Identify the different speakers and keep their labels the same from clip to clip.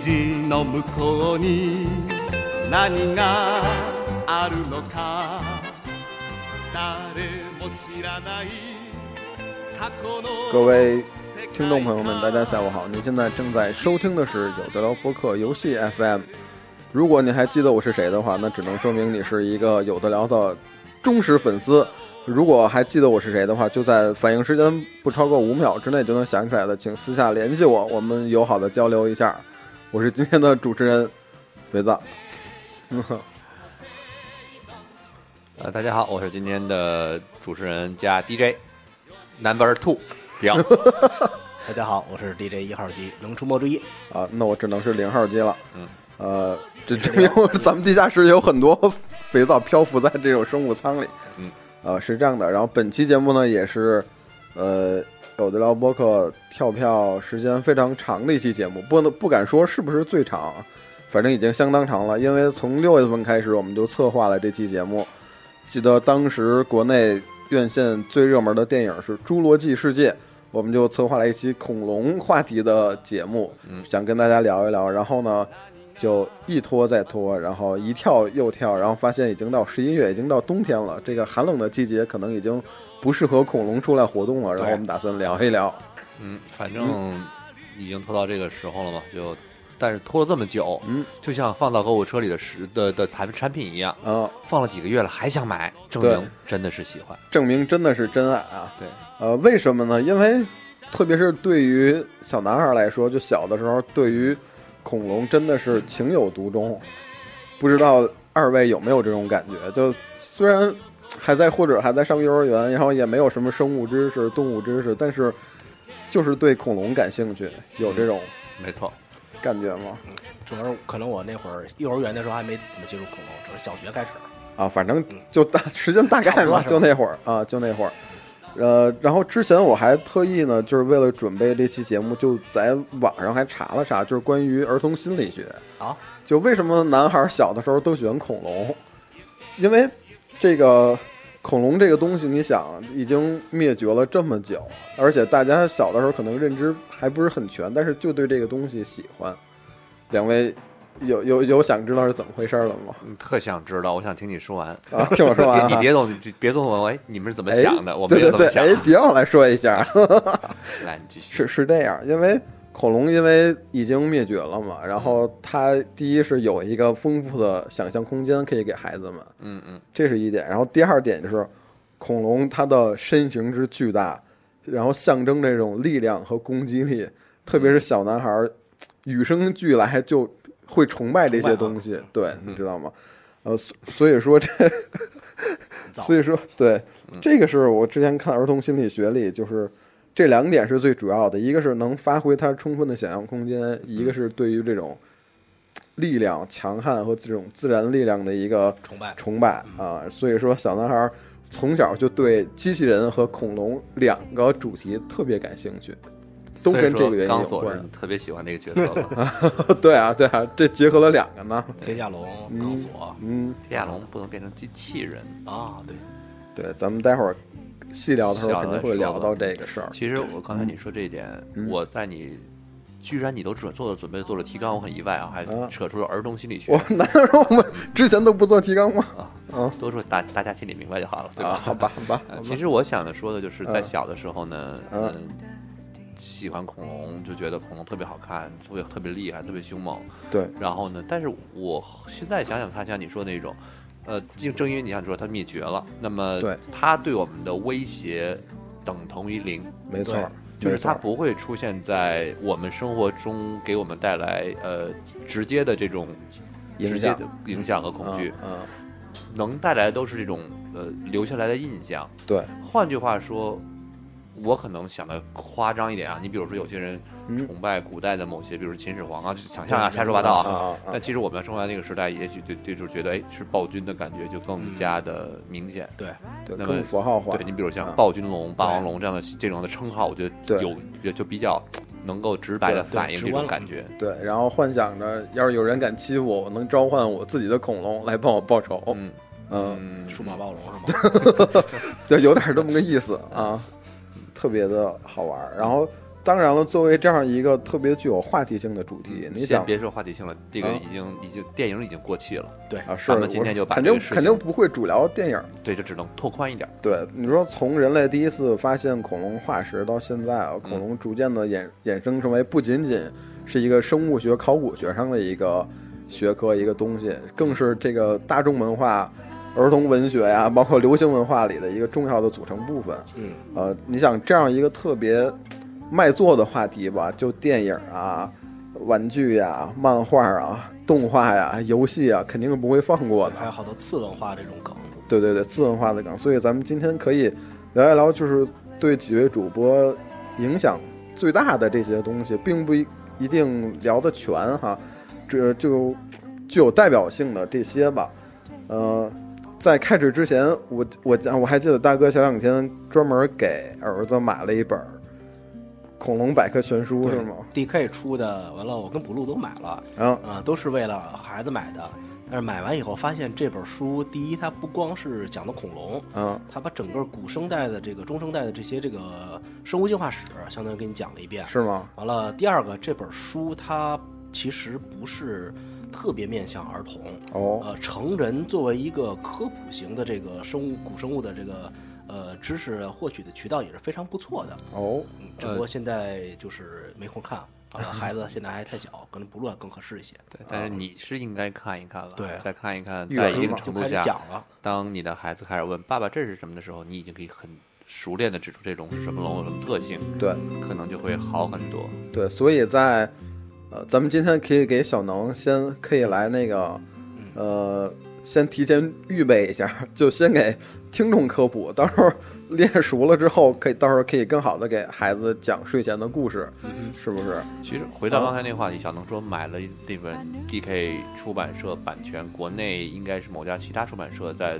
Speaker 1: 虹の向こうに何があるのか誰も知らない過去の
Speaker 2: 各位听众朋友们，大家下午好！您现在正在收听的是有的聊播客游戏 FM。如果您还记得我是谁的话，那只能说明你是一个有的聊的忠实粉丝。如果还记得我是谁的话，就在反应时间不超过五秒之内就能想起来的，请私下联系我，我们友好的交流一下。我是今天的主持人肥皂。
Speaker 3: 呃，大家好，我是今天的主持人加 DJ Number Two 彪，
Speaker 4: 大家好，我是 DJ 一号机，能出没注意。
Speaker 2: 啊，那我只能是零号机了。嗯，呃，这证明我咱们地下室有很多肥皂漂浮在这种生物舱里。
Speaker 3: 嗯，
Speaker 2: 呃，是这样的。然后本期节目呢，也是呃有的聊播客跳票时间非常长的一期节目，不能不敢说是不是最长啊，反正已经相当长了。因为从六月份开始，我们就策划了这期节目。记得当时国内院线最热门的电影是《侏罗纪世界》，我们就策划了一期恐龙话题的节目，想跟大家聊一聊。然后呢，就一拖再拖，然后一跳又跳，然后发现已经到十一月，已经到冬天了，这个寒冷的季节可能已经不适合恐龙出来活动了。然后我们打算聊一聊，
Speaker 3: 嗯，反正已经拖到这个时候了嘛，就但是拖了这么久，
Speaker 2: 嗯，
Speaker 3: 就像放到购物车里的食的的产产品一样，
Speaker 2: 啊，
Speaker 3: 放了几个月了还想买，证
Speaker 2: 对
Speaker 3: 明真的是喜欢，
Speaker 2: 证明真的是真爱啊。
Speaker 3: 对，
Speaker 2: 呃，为什么呢？因为特别是对于小男孩来说，就小的时候对于恐龙真的是情有独钟。不知道二位有没有这种感觉？就虽然还在或者还在上幼儿园，然后也没有什么生物知识、动物知识，但是就是对恐龙感兴趣，有这种
Speaker 3: 没错，
Speaker 2: 感觉吗？
Speaker 4: 主要是可能我那会儿幼儿园的时候还没怎么接触恐龙，只是小学开始。
Speaker 2: 啊，反正就大时间大概
Speaker 4: 差不多
Speaker 2: 嘛，
Speaker 4: 是吧
Speaker 2: 就那会儿啊，就那会儿。呃，然后之前我还特意呢，就是为了准备这期节目，就在网上还查了查，就是关于儿童心理学，
Speaker 4: 啊，
Speaker 2: 就为什么男孩小的时候都喜欢恐龙，因为这个恐龙这个东西，你想已经灭绝了这么久，而且大家小的时候可能认知还不是很全，但是就对这个东西喜欢。两位有有有想知道是怎么回事了吗？
Speaker 3: 嗯特想知道，我想听你说完，
Speaker 2: 啊，听我说完、啊
Speaker 3: 别你别总别总问我，哎，你们是怎么
Speaker 2: 哎，
Speaker 3: 想的？我没有怎
Speaker 2: 对对
Speaker 3: 么想
Speaker 2: 对，哎，迪奥来说一下，
Speaker 3: 来你继续，
Speaker 2: 是是这样，因为恐龙因为已经灭绝了嘛，然
Speaker 3: 嗯
Speaker 2: 后它第一是有一个丰富的想象空间可以给孩子们，
Speaker 3: 嗯嗯，
Speaker 2: 这是一点。然后第二点就是，恐龙它的身形之巨大，然后象征这种力量和攻击力，特
Speaker 3: 嗯
Speaker 2: 别是小男孩儿与生俱来就会崇拜这些东西，对，
Speaker 3: 嗯
Speaker 2: 你知道吗？呃，所所以说这，
Speaker 4: 造
Speaker 2: 所以说对，
Speaker 3: 嗯
Speaker 2: 这个是我之前看儿童心理学里，就是这两点是最主要的，一个是能发挥他充分的想象空间，一
Speaker 3: 嗯
Speaker 2: 个是对于这种力量、强悍和这种自然力量的一个
Speaker 4: 崇拜嗯
Speaker 2: 崇拜啊。所以说，小男孩儿从小就对机器人和恐龙两个主题特别感兴趣，都
Speaker 3: 所以
Speaker 2: 跟这
Speaker 3: 说
Speaker 2: 个原因
Speaker 3: 刚
Speaker 2: 有
Speaker 3: 所
Speaker 2: 关
Speaker 3: 是。特别喜欢那个角色吧，
Speaker 2: 对啊，对啊，这结合了两个呢。
Speaker 4: 天下龙、钢索、
Speaker 2: 嗯，
Speaker 3: 亚龙不能变成机器人。
Speaker 4: 啊，对，
Speaker 2: 对，咱们待会儿细聊的时候
Speaker 3: 细聊
Speaker 2: 肯
Speaker 3: 的
Speaker 2: 定会
Speaker 3: 时候
Speaker 2: 聊到这个事儿。
Speaker 3: 其实我刚才你说这一点，
Speaker 2: 嗯
Speaker 3: 我在你居然你都准做了准备做了提纲，我很意外啊，还扯出了儿童心理学
Speaker 2: 嗯我 难道说我们之前都不做提纲吗？
Speaker 3: 啊
Speaker 2: 嗯，
Speaker 3: 都说大大家心里明白就好了，对
Speaker 2: 啊，
Speaker 3: 吧？
Speaker 2: 好吧，好吧，
Speaker 3: 呃。其实我想的说的就是，在小的时候呢，
Speaker 2: 嗯
Speaker 3: 嗯，喜欢恐龙，就觉得恐龙特别好看，特别特别厉害，特别凶猛。
Speaker 2: 对，
Speaker 3: 然后呢，但是我现在想想看，像你说的那种，呃，正正因为你想说它灭绝了，那么
Speaker 2: 对
Speaker 3: 它对我们的威胁等同于零。
Speaker 2: 没错
Speaker 4: 对
Speaker 2: 儿，
Speaker 3: 就
Speaker 2: 没
Speaker 3: 是
Speaker 2: 错
Speaker 3: 它
Speaker 2: 儿
Speaker 3: 不会出现在我们生活中，给我们带来呃直接的这种
Speaker 2: 影
Speaker 3: 直接
Speaker 2: 响
Speaker 3: 的影响和恐惧，
Speaker 2: 嗯，嗯
Speaker 3: 能带来的都是这种呃留下来的印象。
Speaker 2: 对，
Speaker 3: 换句话说，我可能想的夸张一点啊，你比如说有些人
Speaker 2: 嗯
Speaker 3: 崇拜古代的某些，比如说秦始皇啊，就想象啊，瞎说八道
Speaker 2: 啊啊
Speaker 3: 啊。
Speaker 2: 啊
Speaker 3: 但其实我们生活在那个时代，也许对对，就是觉得哎，是暴君的感觉就
Speaker 2: 嗯
Speaker 3: 更加的明显。
Speaker 4: 对，
Speaker 2: 对，
Speaker 3: 那
Speaker 2: 更
Speaker 3: 么
Speaker 2: 符号化。
Speaker 3: 对你比如像
Speaker 4: 嗯
Speaker 2: 啊
Speaker 3: 暴君龙、霸王龙这样的这种的称号，我觉
Speaker 2: 对
Speaker 3: 得有也就比较能够直白的
Speaker 4: 对
Speaker 3: 反映
Speaker 4: 直
Speaker 3: 这种
Speaker 4: 观了
Speaker 3: 感觉。
Speaker 2: 对，然后幻想着，要是有人敢欺负我，我能召唤我自己的恐龙来帮我报仇。
Speaker 3: 嗯
Speaker 2: 嗯，
Speaker 3: 嗯，
Speaker 4: 数码暴龙是吗？
Speaker 2: 对，有点这么个意 思
Speaker 3: 嗯
Speaker 2: 啊，特别的好玩儿。然后，当然了，作为这样一个特别具有话题性的主题，你
Speaker 3: 嗯先
Speaker 2: 想
Speaker 3: 别说话题性了，这个
Speaker 2: 啊
Speaker 4: 嗯
Speaker 3: 已经已经电影已经过气了，
Speaker 4: 对
Speaker 2: 啊，是
Speaker 3: 咱
Speaker 2: 我
Speaker 3: 们今天就把
Speaker 2: 肯
Speaker 3: 这
Speaker 2: 定
Speaker 3: 个事
Speaker 2: 肯定
Speaker 3: 情
Speaker 2: 不会主聊电影。
Speaker 3: 对，就只能拓宽一点。
Speaker 2: 对，你说从人类第一次发现恐龙化石到现在啊，恐龙逐渐的衍衍生成为不仅仅是一个生物学、考古学上的一个学科、一个东西，更是这个大众文化、儿童文学呀、包括流行文化里的一个重要的组成部分。
Speaker 4: 嗯，
Speaker 2: 呃，你想这样一个特别卖座的话题吧，就电影啊、玩具呀、漫画啊、动画呀、游戏啊，肯定是不会放过的。
Speaker 4: 还有好多次文化这种梗。
Speaker 2: 对对对，次文化的梗。所以咱们今天可以聊一聊，就是对几位主播影响最大的这些东西，并不一一定聊得全哈，这就具有代表性的这些吧。呃，在开始之前，我我我还记得大哥前两天专门给儿子买了一本《恐龙百科全书》，是吗？
Speaker 4: d k 出的，完了我跟补录都买了，
Speaker 2: 然后
Speaker 4: 啊、都是为了孩子买的。但是买完以后发现这本书，第一，它不光是讲的恐龙，
Speaker 2: 嗯，
Speaker 4: 它把整个古生代的这个中生代的这些这个生物进化史，相当于给你讲了一遍。
Speaker 2: 是吗？
Speaker 4: 完了，第二个这本书它其实不是特别面向儿童，
Speaker 2: 哦，
Speaker 4: 呃，成人作为一个科普型的这个生物古生物的这个呃知识获取的渠道也是非常不错的。
Speaker 2: 哦，
Speaker 4: 嗯，只不过现在就是没空看。完 了，孩子现在还太小，可能不乱更合适一些。
Speaker 3: 对，但是你是应该看一看了，
Speaker 4: 嗯对
Speaker 3: 再看一看，
Speaker 2: 育
Speaker 3: 在
Speaker 2: 儿
Speaker 3: 一定
Speaker 2: 嘛
Speaker 4: 就
Speaker 3: 程度
Speaker 4: 开始
Speaker 3: 下，
Speaker 4: 讲了，
Speaker 3: 当你的孩子开始问爸爸这是什么的时候，你已经可以很熟练的指出这种是什么龙有什么特性，
Speaker 2: 对。
Speaker 3: 可能就会好很多。
Speaker 2: 对，所以在呃，咱们今天可以给小能先可以来那个
Speaker 3: 嗯
Speaker 2: 呃，先提前预备一下，就先给听众科普，到时候 练熟了之后，可以到时候可以更好的给孩子讲睡前的故事，是不是？
Speaker 3: 其实回到刚才那个话题，小能说买了那本 DK 出版社版权，国内应该是某家其他出版社在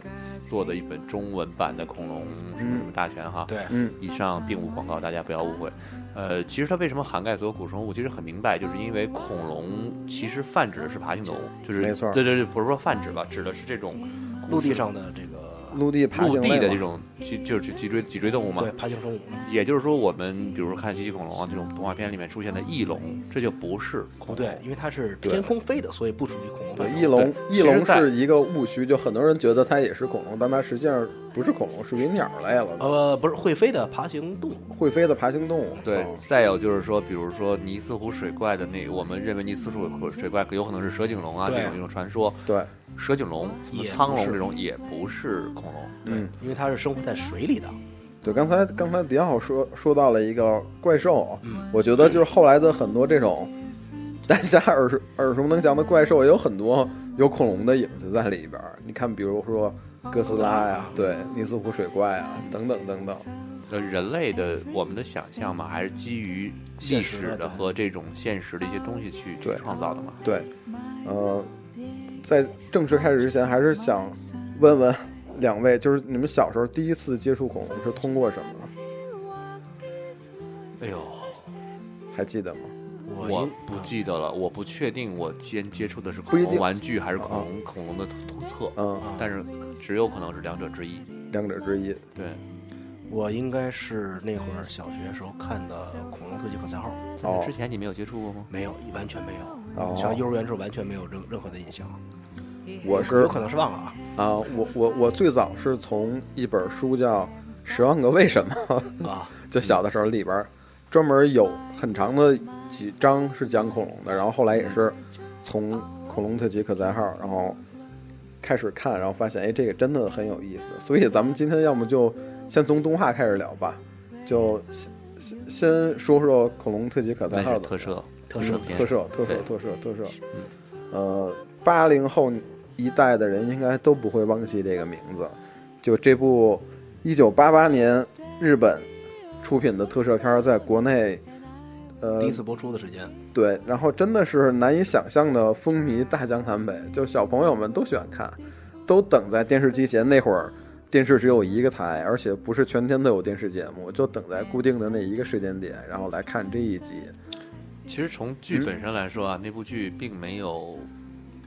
Speaker 3: 做的一本中文版的《恐龙什么什么大全》哈。
Speaker 4: 对，
Speaker 2: 嗯，
Speaker 3: 以上并无广告，大家不要误会。呃，其实它为什么涵盖所有古生物，其实很明白，就是因为恐龙其实泛指的是爬行动物，就是
Speaker 2: 没错
Speaker 3: 对对对，不是说泛指吧，指的是这种
Speaker 4: 陆地上的这个
Speaker 2: 陆地爬
Speaker 3: 陆
Speaker 2: 行
Speaker 3: 地
Speaker 2: 类
Speaker 3: 的
Speaker 2: 嘛
Speaker 3: 这种脊就是脊椎脊椎动物嘛
Speaker 4: 对。爬行生物，嗯
Speaker 3: 也就是说，我们比如说看《机器恐龙》啊这种动画片里面出现的翼龙，这就不是
Speaker 4: 不对，因为它是天空飞的，所以不属于恐龙
Speaker 2: 对
Speaker 4: 类。
Speaker 2: 翼龙，
Speaker 3: 对
Speaker 2: 翼龙
Speaker 3: 其实在
Speaker 2: 是一个误区，就很多人觉得它也是恐龙，但它实际上不是恐龙，属于鸟类了，
Speaker 4: 呃，不是会飞的爬行动物。
Speaker 2: 会飞的爬行动物。
Speaker 3: 对
Speaker 2: 嗯，
Speaker 3: 再有就是说，比如说尼斯湖水怪的那个，我们认为尼斯湖水水怪有可能是蛇颈龙啊
Speaker 4: 对
Speaker 3: 这种一种传说，
Speaker 2: 对，
Speaker 3: 蛇颈龙、什么
Speaker 4: 也
Speaker 3: 苍
Speaker 4: 不
Speaker 3: 龙
Speaker 4: 是
Speaker 3: 这种也不是恐龙。
Speaker 2: 嗯。
Speaker 4: 因为它是生活在水里的。
Speaker 2: 对，刚才刚才迪奥说说到了一个怪兽，啊我觉得就是后来的很多这种大家耳熟耳熟能详的怪兽，也有很多有恐龙的影子在里边儿。你看，比如说哥斯拉呀、对，尼斯湖水怪啊，等等等等。
Speaker 3: 呃，人类的我们的想象嘛，还是基于历
Speaker 4: 现实
Speaker 3: 史的
Speaker 4: 的对
Speaker 3: 和这种现实的一些东西去去
Speaker 2: 对
Speaker 3: 创造的嘛。
Speaker 2: 对，呃，在正式开始之前，还是想问问两位，就是你们小时候第一次接触恐龙是通过什么呢？
Speaker 3: 哎呦，
Speaker 2: 还记得吗？
Speaker 4: 我
Speaker 3: 我
Speaker 4: 因
Speaker 3: 不记得了，我不确定我先接触的是
Speaker 2: 不
Speaker 3: 恐
Speaker 2: 一
Speaker 3: 龙
Speaker 2: 定
Speaker 3: 玩具还是恐龙恐龙的图册，
Speaker 2: 嗯，
Speaker 3: 但是只有可能是两者之一。
Speaker 2: 两者之一。
Speaker 3: 对，
Speaker 4: 我应该是那会儿小学时候看的《恐龙特技可赛号》，
Speaker 3: 在
Speaker 2: 哦
Speaker 3: 那之前你没有接触过吗？
Speaker 4: 没有，完全没有。
Speaker 2: 哦
Speaker 4: 上幼儿园时候完全没有任任何的印象，
Speaker 2: 我是
Speaker 4: 有可能是忘了啊。
Speaker 2: 啊，我我我最早是从一本书叫《十万个为什么》
Speaker 4: 啊，
Speaker 2: 就小的时候里边儿专门有很长的几章是讲恐龙的，然后后来也是从《恐龙特辑可赛号》然后开始看，然后发现哎，这个真的很有意思，所以咱们今天要么就先从动画开始聊吧，就先先先说说《恐龙特辑可赛
Speaker 3: 但
Speaker 2: 号》
Speaker 3: 是
Speaker 2: 的
Speaker 3: 特摄，
Speaker 4: 特摄嗯
Speaker 3: 片
Speaker 2: 特摄、特摄、
Speaker 3: 对
Speaker 2: 特摄、特摄。呃，八零后一代的人应该都不会忘记这个名字。就这部一九八八年日本出品的特摄片儿在国内，呃
Speaker 4: 第，一次播出的时间，
Speaker 2: 对，然后真的是难以想象的风靡大江南北，就小朋友们都喜欢看，都等在电视机前。那会儿电视只有一个台，而且不是全天都有电视节目，就等在固定的那一个时间点，然后来看这一集。
Speaker 3: 其实从
Speaker 4: 嗯
Speaker 3: 剧本上来说啊，那部剧并没有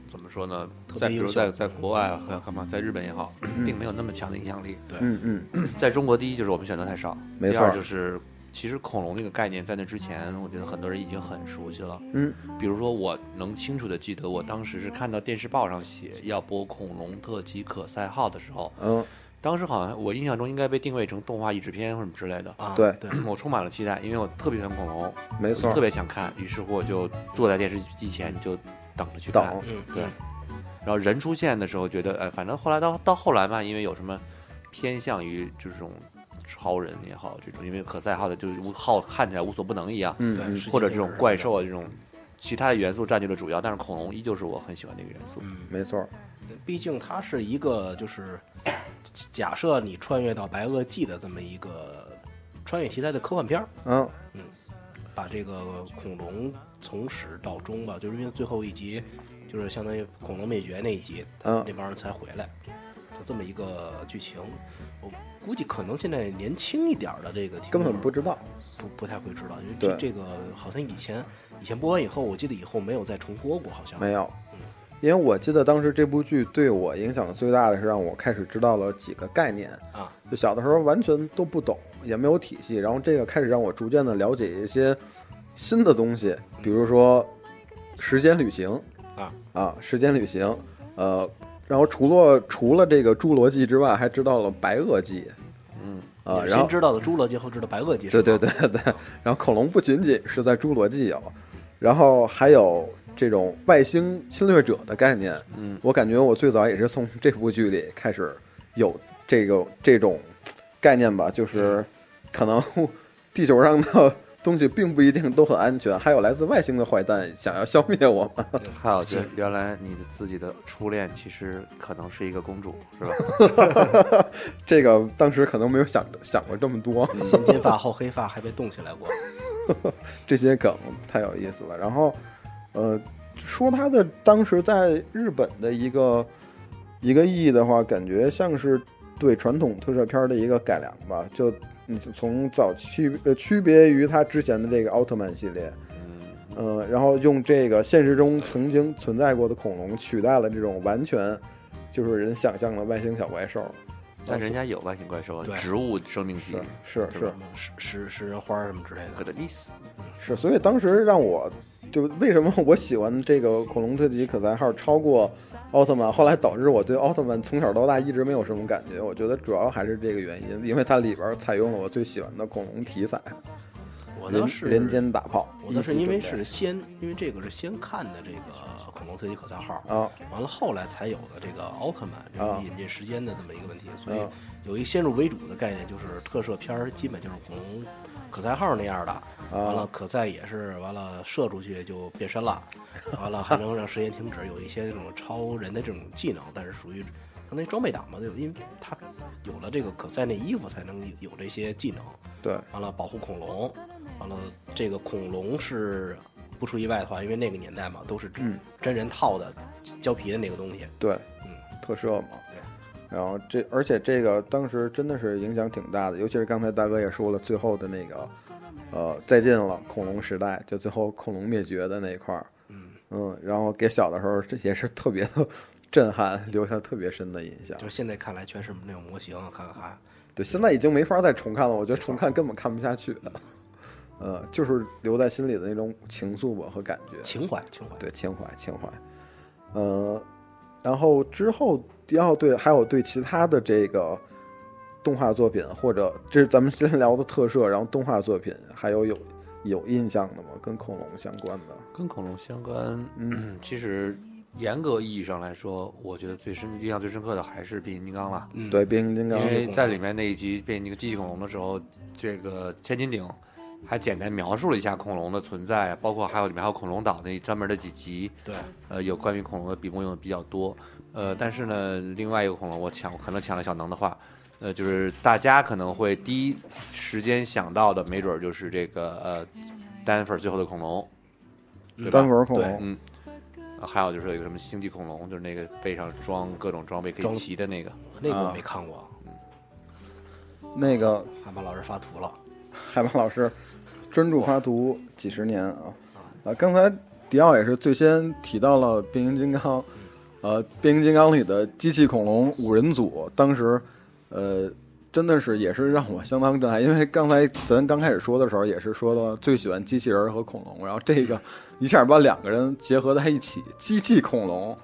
Speaker 3: 怎么说呢，
Speaker 4: 特别
Speaker 3: 在比如
Speaker 4: 优秀
Speaker 3: 在
Speaker 4: 嗯
Speaker 3: 在国外啊和干嘛，在日本也好，并没有那么强的影响力。对，
Speaker 2: 嗯嗯，
Speaker 3: 在中国，第一就是我们选择太少，
Speaker 2: 没
Speaker 3: 第
Speaker 2: 错
Speaker 3: 二就是其实恐龙这个概念在那之前，我觉得很多人已经很熟悉了。
Speaker 2: 嗯，
Speaker 3: 比如说我能清楚的记得，我当时是看到电视报上写要播恐龙特辑可赛号的时候，
Speaker 2: 嗯，
Speaker 3: 当时好像我印象中应该被定位成动画译制片或者什么之类的。
Speaker 4: 啊，
Speaker 2: 对
Speaker 4: 对，
Speaker 3: 我充满了期待，因为我特别喜欢恐龙，
Speaker 2: 没
Speaker 3: 我
Speaker 2: 错
Speaker 3: 特，别想看，于是乎我就坐在电视机前就等着去
Speaker 2: 等
Speaker 3: 看。
Speaker 4: 嗯，
Speaker 3: 对，然后人出现的时候，觉得哎，反正后来到到后来嘛，因为有什么偏向于这种超人也好，这种因为可赛号的就是无号看起来无所不能一样，
Speaker 2: 嗯
Speaker 4: 对，
Speaker 2: 嗯
Speaker 4: 世界
Speaker 3: 或者这
Speaker 4: 末
Speaker 3: 种
Speaker 4: 日
Speaker 3: 怪兽啊这种其他的元素占据了主要，但是恐龙依旧是我很喜欢的一个元素。
Speaker 2: 没错，
Speaker 4: 毕竟它是一个就是假设你穿越到白垩纪的这么一个穿越题材的科幻片儿，
Speaker 2: 嗯，
Speaker 4: 把这个恐龙从始到终吧，就是因为最后一集就是相当于恐龙灭绝那一集，
Speaker 2: 嗯
Speaker 4: 那帮人才回来，就这么一个剧情。我估计可能现在年轻一点儿的这个听
Speaker 2: 根本
Speaker 4: 众
Speaker 2: 不知道。
Speaker 4: 不不太会知道，因为这
Speaker 2: 对
Speaker 4: 这个好像以前以前播完以后，我记得以后没有再重播过，好像
Speaker 2: 没有，因为我记得当时这部剧对我影响最大的是让我开始知道了几个概念
Speaker 4: 啊，
Speaker 2: 就小的时候完全都不懂，也没有体系，然后这个开始让我逐渐的了解一些新的东西，比如说时间旅行
Speaker 4: 嗯啊
Speaker 2: 啊，时间旅行，呃，然后除了除了这个侏罗纪之外，还知道了白垩纪，嗯啊，
Speaker 4: 也是
Speaker 2: 然后
Speaker 4: 先知道的侏罗纪，后知道白垩纪，
Speaker 2: 对对对，对，然后恐龙不仅仅是在侏罗纪有，然后还有这种外星侵略者的概念。嗯，我感觉我最早也是从这部剧里开始有这个这种概念吧，就是可能 地球上的 东西并不一定都很安全，还有来自外星的坏蛋想要消灭我们。
Speaker 3: 还有就是原来你的自己的初恋其实可能是一个公主，是 吧？
Speaker 2: 这个当时可能没有想想过这么多。
Speaker 4: 先嗯金发后黑发还被冻起来过，
Speaker 2: 这些梗太有意思了。然后，呃，说他的当时在日本的一个一个意义的话，感觉像是对传统特摄片儿的一个改良吧。就你从早期呃区别于他之前的这个奥特曼系列，呃，然后用这个现实中曾经存在过的恐龙取代了这种完全就是人想象的外星小怪兽。
Speaker 3: 但人家有外星怪兽啊，
Speaker 4: 对
Speaker 3: 植物生命体
Speaker 2: 是是是，
Speaker 4: 什么食食食人花儿什么之类的，
Speaker 3: ，good miss。
Speaker 2: 是，所以当时让我就为什么我喜欢这个恐龙特级可赛号超过奥特曼，后来导致我对奥特曼从小到大一直没有什么感觉。我觉得主要还是这个原因，因为它里边采用了我最喜欢的恐龙题材，
Speaker 4: 我
Speaker 2: 人
Speaker 4: 当时
Speaker 2: 人间打炮。
Speaker 4: 我当时因为是
Speaker 2: 一级
Speaker 4: 先，因为这个是先看的这个恐龙特级可赛号，
Speaker 2: 准备啊，
Speaker 4: 完了后来才有的这个奥特曼这
Speaker 2: 啊
Speaker 4: 种引进时间的这么一个问题，所以
Speaker 2: 啊
Speaker 4: 有一个先入为主的概念，就是特摄片儿基本就是恐龙可赛号那样
Speaker 2: 啊
Speaker 4: 的，完了可赛也是完了射出去就变 身了，完了还能让时间停止，有一些这种超人的这种技能，但是属于。相当于装备党嘛，对吧因为他有了这个可赛那衣服，才能有这些技能。
Speaker 2: 对，
Speaker 4: 完了保护恐龙，
Speaker 2: 嗯
Speaker 4: 完了这个恐龙是不出意外的话，因为那个年代嘛，都是
Speaker 2: 嗯
Speaker 4: 真真人套的胶皮的那个东西，
Speaker 2: 对，
Speaker 4: 嗯，
Speaker 2: 特摄嘛。然后这，而且这个当时真的是影响挺大的，尤其是刚才大哥也说了，最后的那个，呃，再见了恐龙时代，就最后恐龙灭绝的那一块儿，嗯然后给小的时候这也是特别的震撼，留下特别深的印象
Speaker 4: 就。是现在看来全是那种模型，看看还
Speaker 2: 对，现在已经没法再重看了，我觉得重看根本看不下去了，呃，就是留在心里的那种情愫吧和感觉。
Speaker 4: 情怀情怀，
Speaker 2: 对，情怀情怀，呃，然后之后要对还有对其他的这个动画作品，或者这是咱们今天聊的特摄，然后动画作品还有有有印象的吗？跟恐龙相关的，
Speaker 3: 跟恐龙相关，嗯，其实严格意义上来说，我觉得最深印象最深刻的还是变形金刚了，
Speaker 4: 嗯
Speaker 2: 对，变形金刚
Speaker 3: 因，为
Speaker 4: 恐龙
Speaker 3: 在里面那一集变形金刚机器恐龙的时候，这个千斤顶还简单描述了一下恐龙的存在，包括还有里面还有恐龙岛那专门的几集，
Speaker 4: 对，
Speaker 3: 呃，有关于恐龙的笔墨用的比较多。呃，但是呢，另外一个恐龙，我抢，我可能抢了小能的话，呃，就是大家可能会第一时间想到的，没准儿就是这个呃丹佛最后的恐龙，对吧
Speaker 2: 单？口恐
Speaker 4: 对
Speaker 2: 龙，
Speaker 3: 嗯，啊还有就是有一个什么星际恐龙，就是那个背上装各种装备可以
Speaker 4: 装
Speaker 3: 骑的那个，
Speaker 4: 那个
Speaker 2: 啊
Speaker 4: 我没看过，
Speaker 2: 那个
Speaker 4: 还把老师发图了。
Speaker 2: 海马老师专注发图几十年啊啊！刚才迪奥也是最先提到了变形金刚，呃，变形金刚里的机器恐龙五人组，当时呃真的是也是让我相当震撼，因为刚才咱刚开始说的时候也是说到最喜欢机器人儿和恐龙，然后这个一下把两个人结合在一起，机器恐龙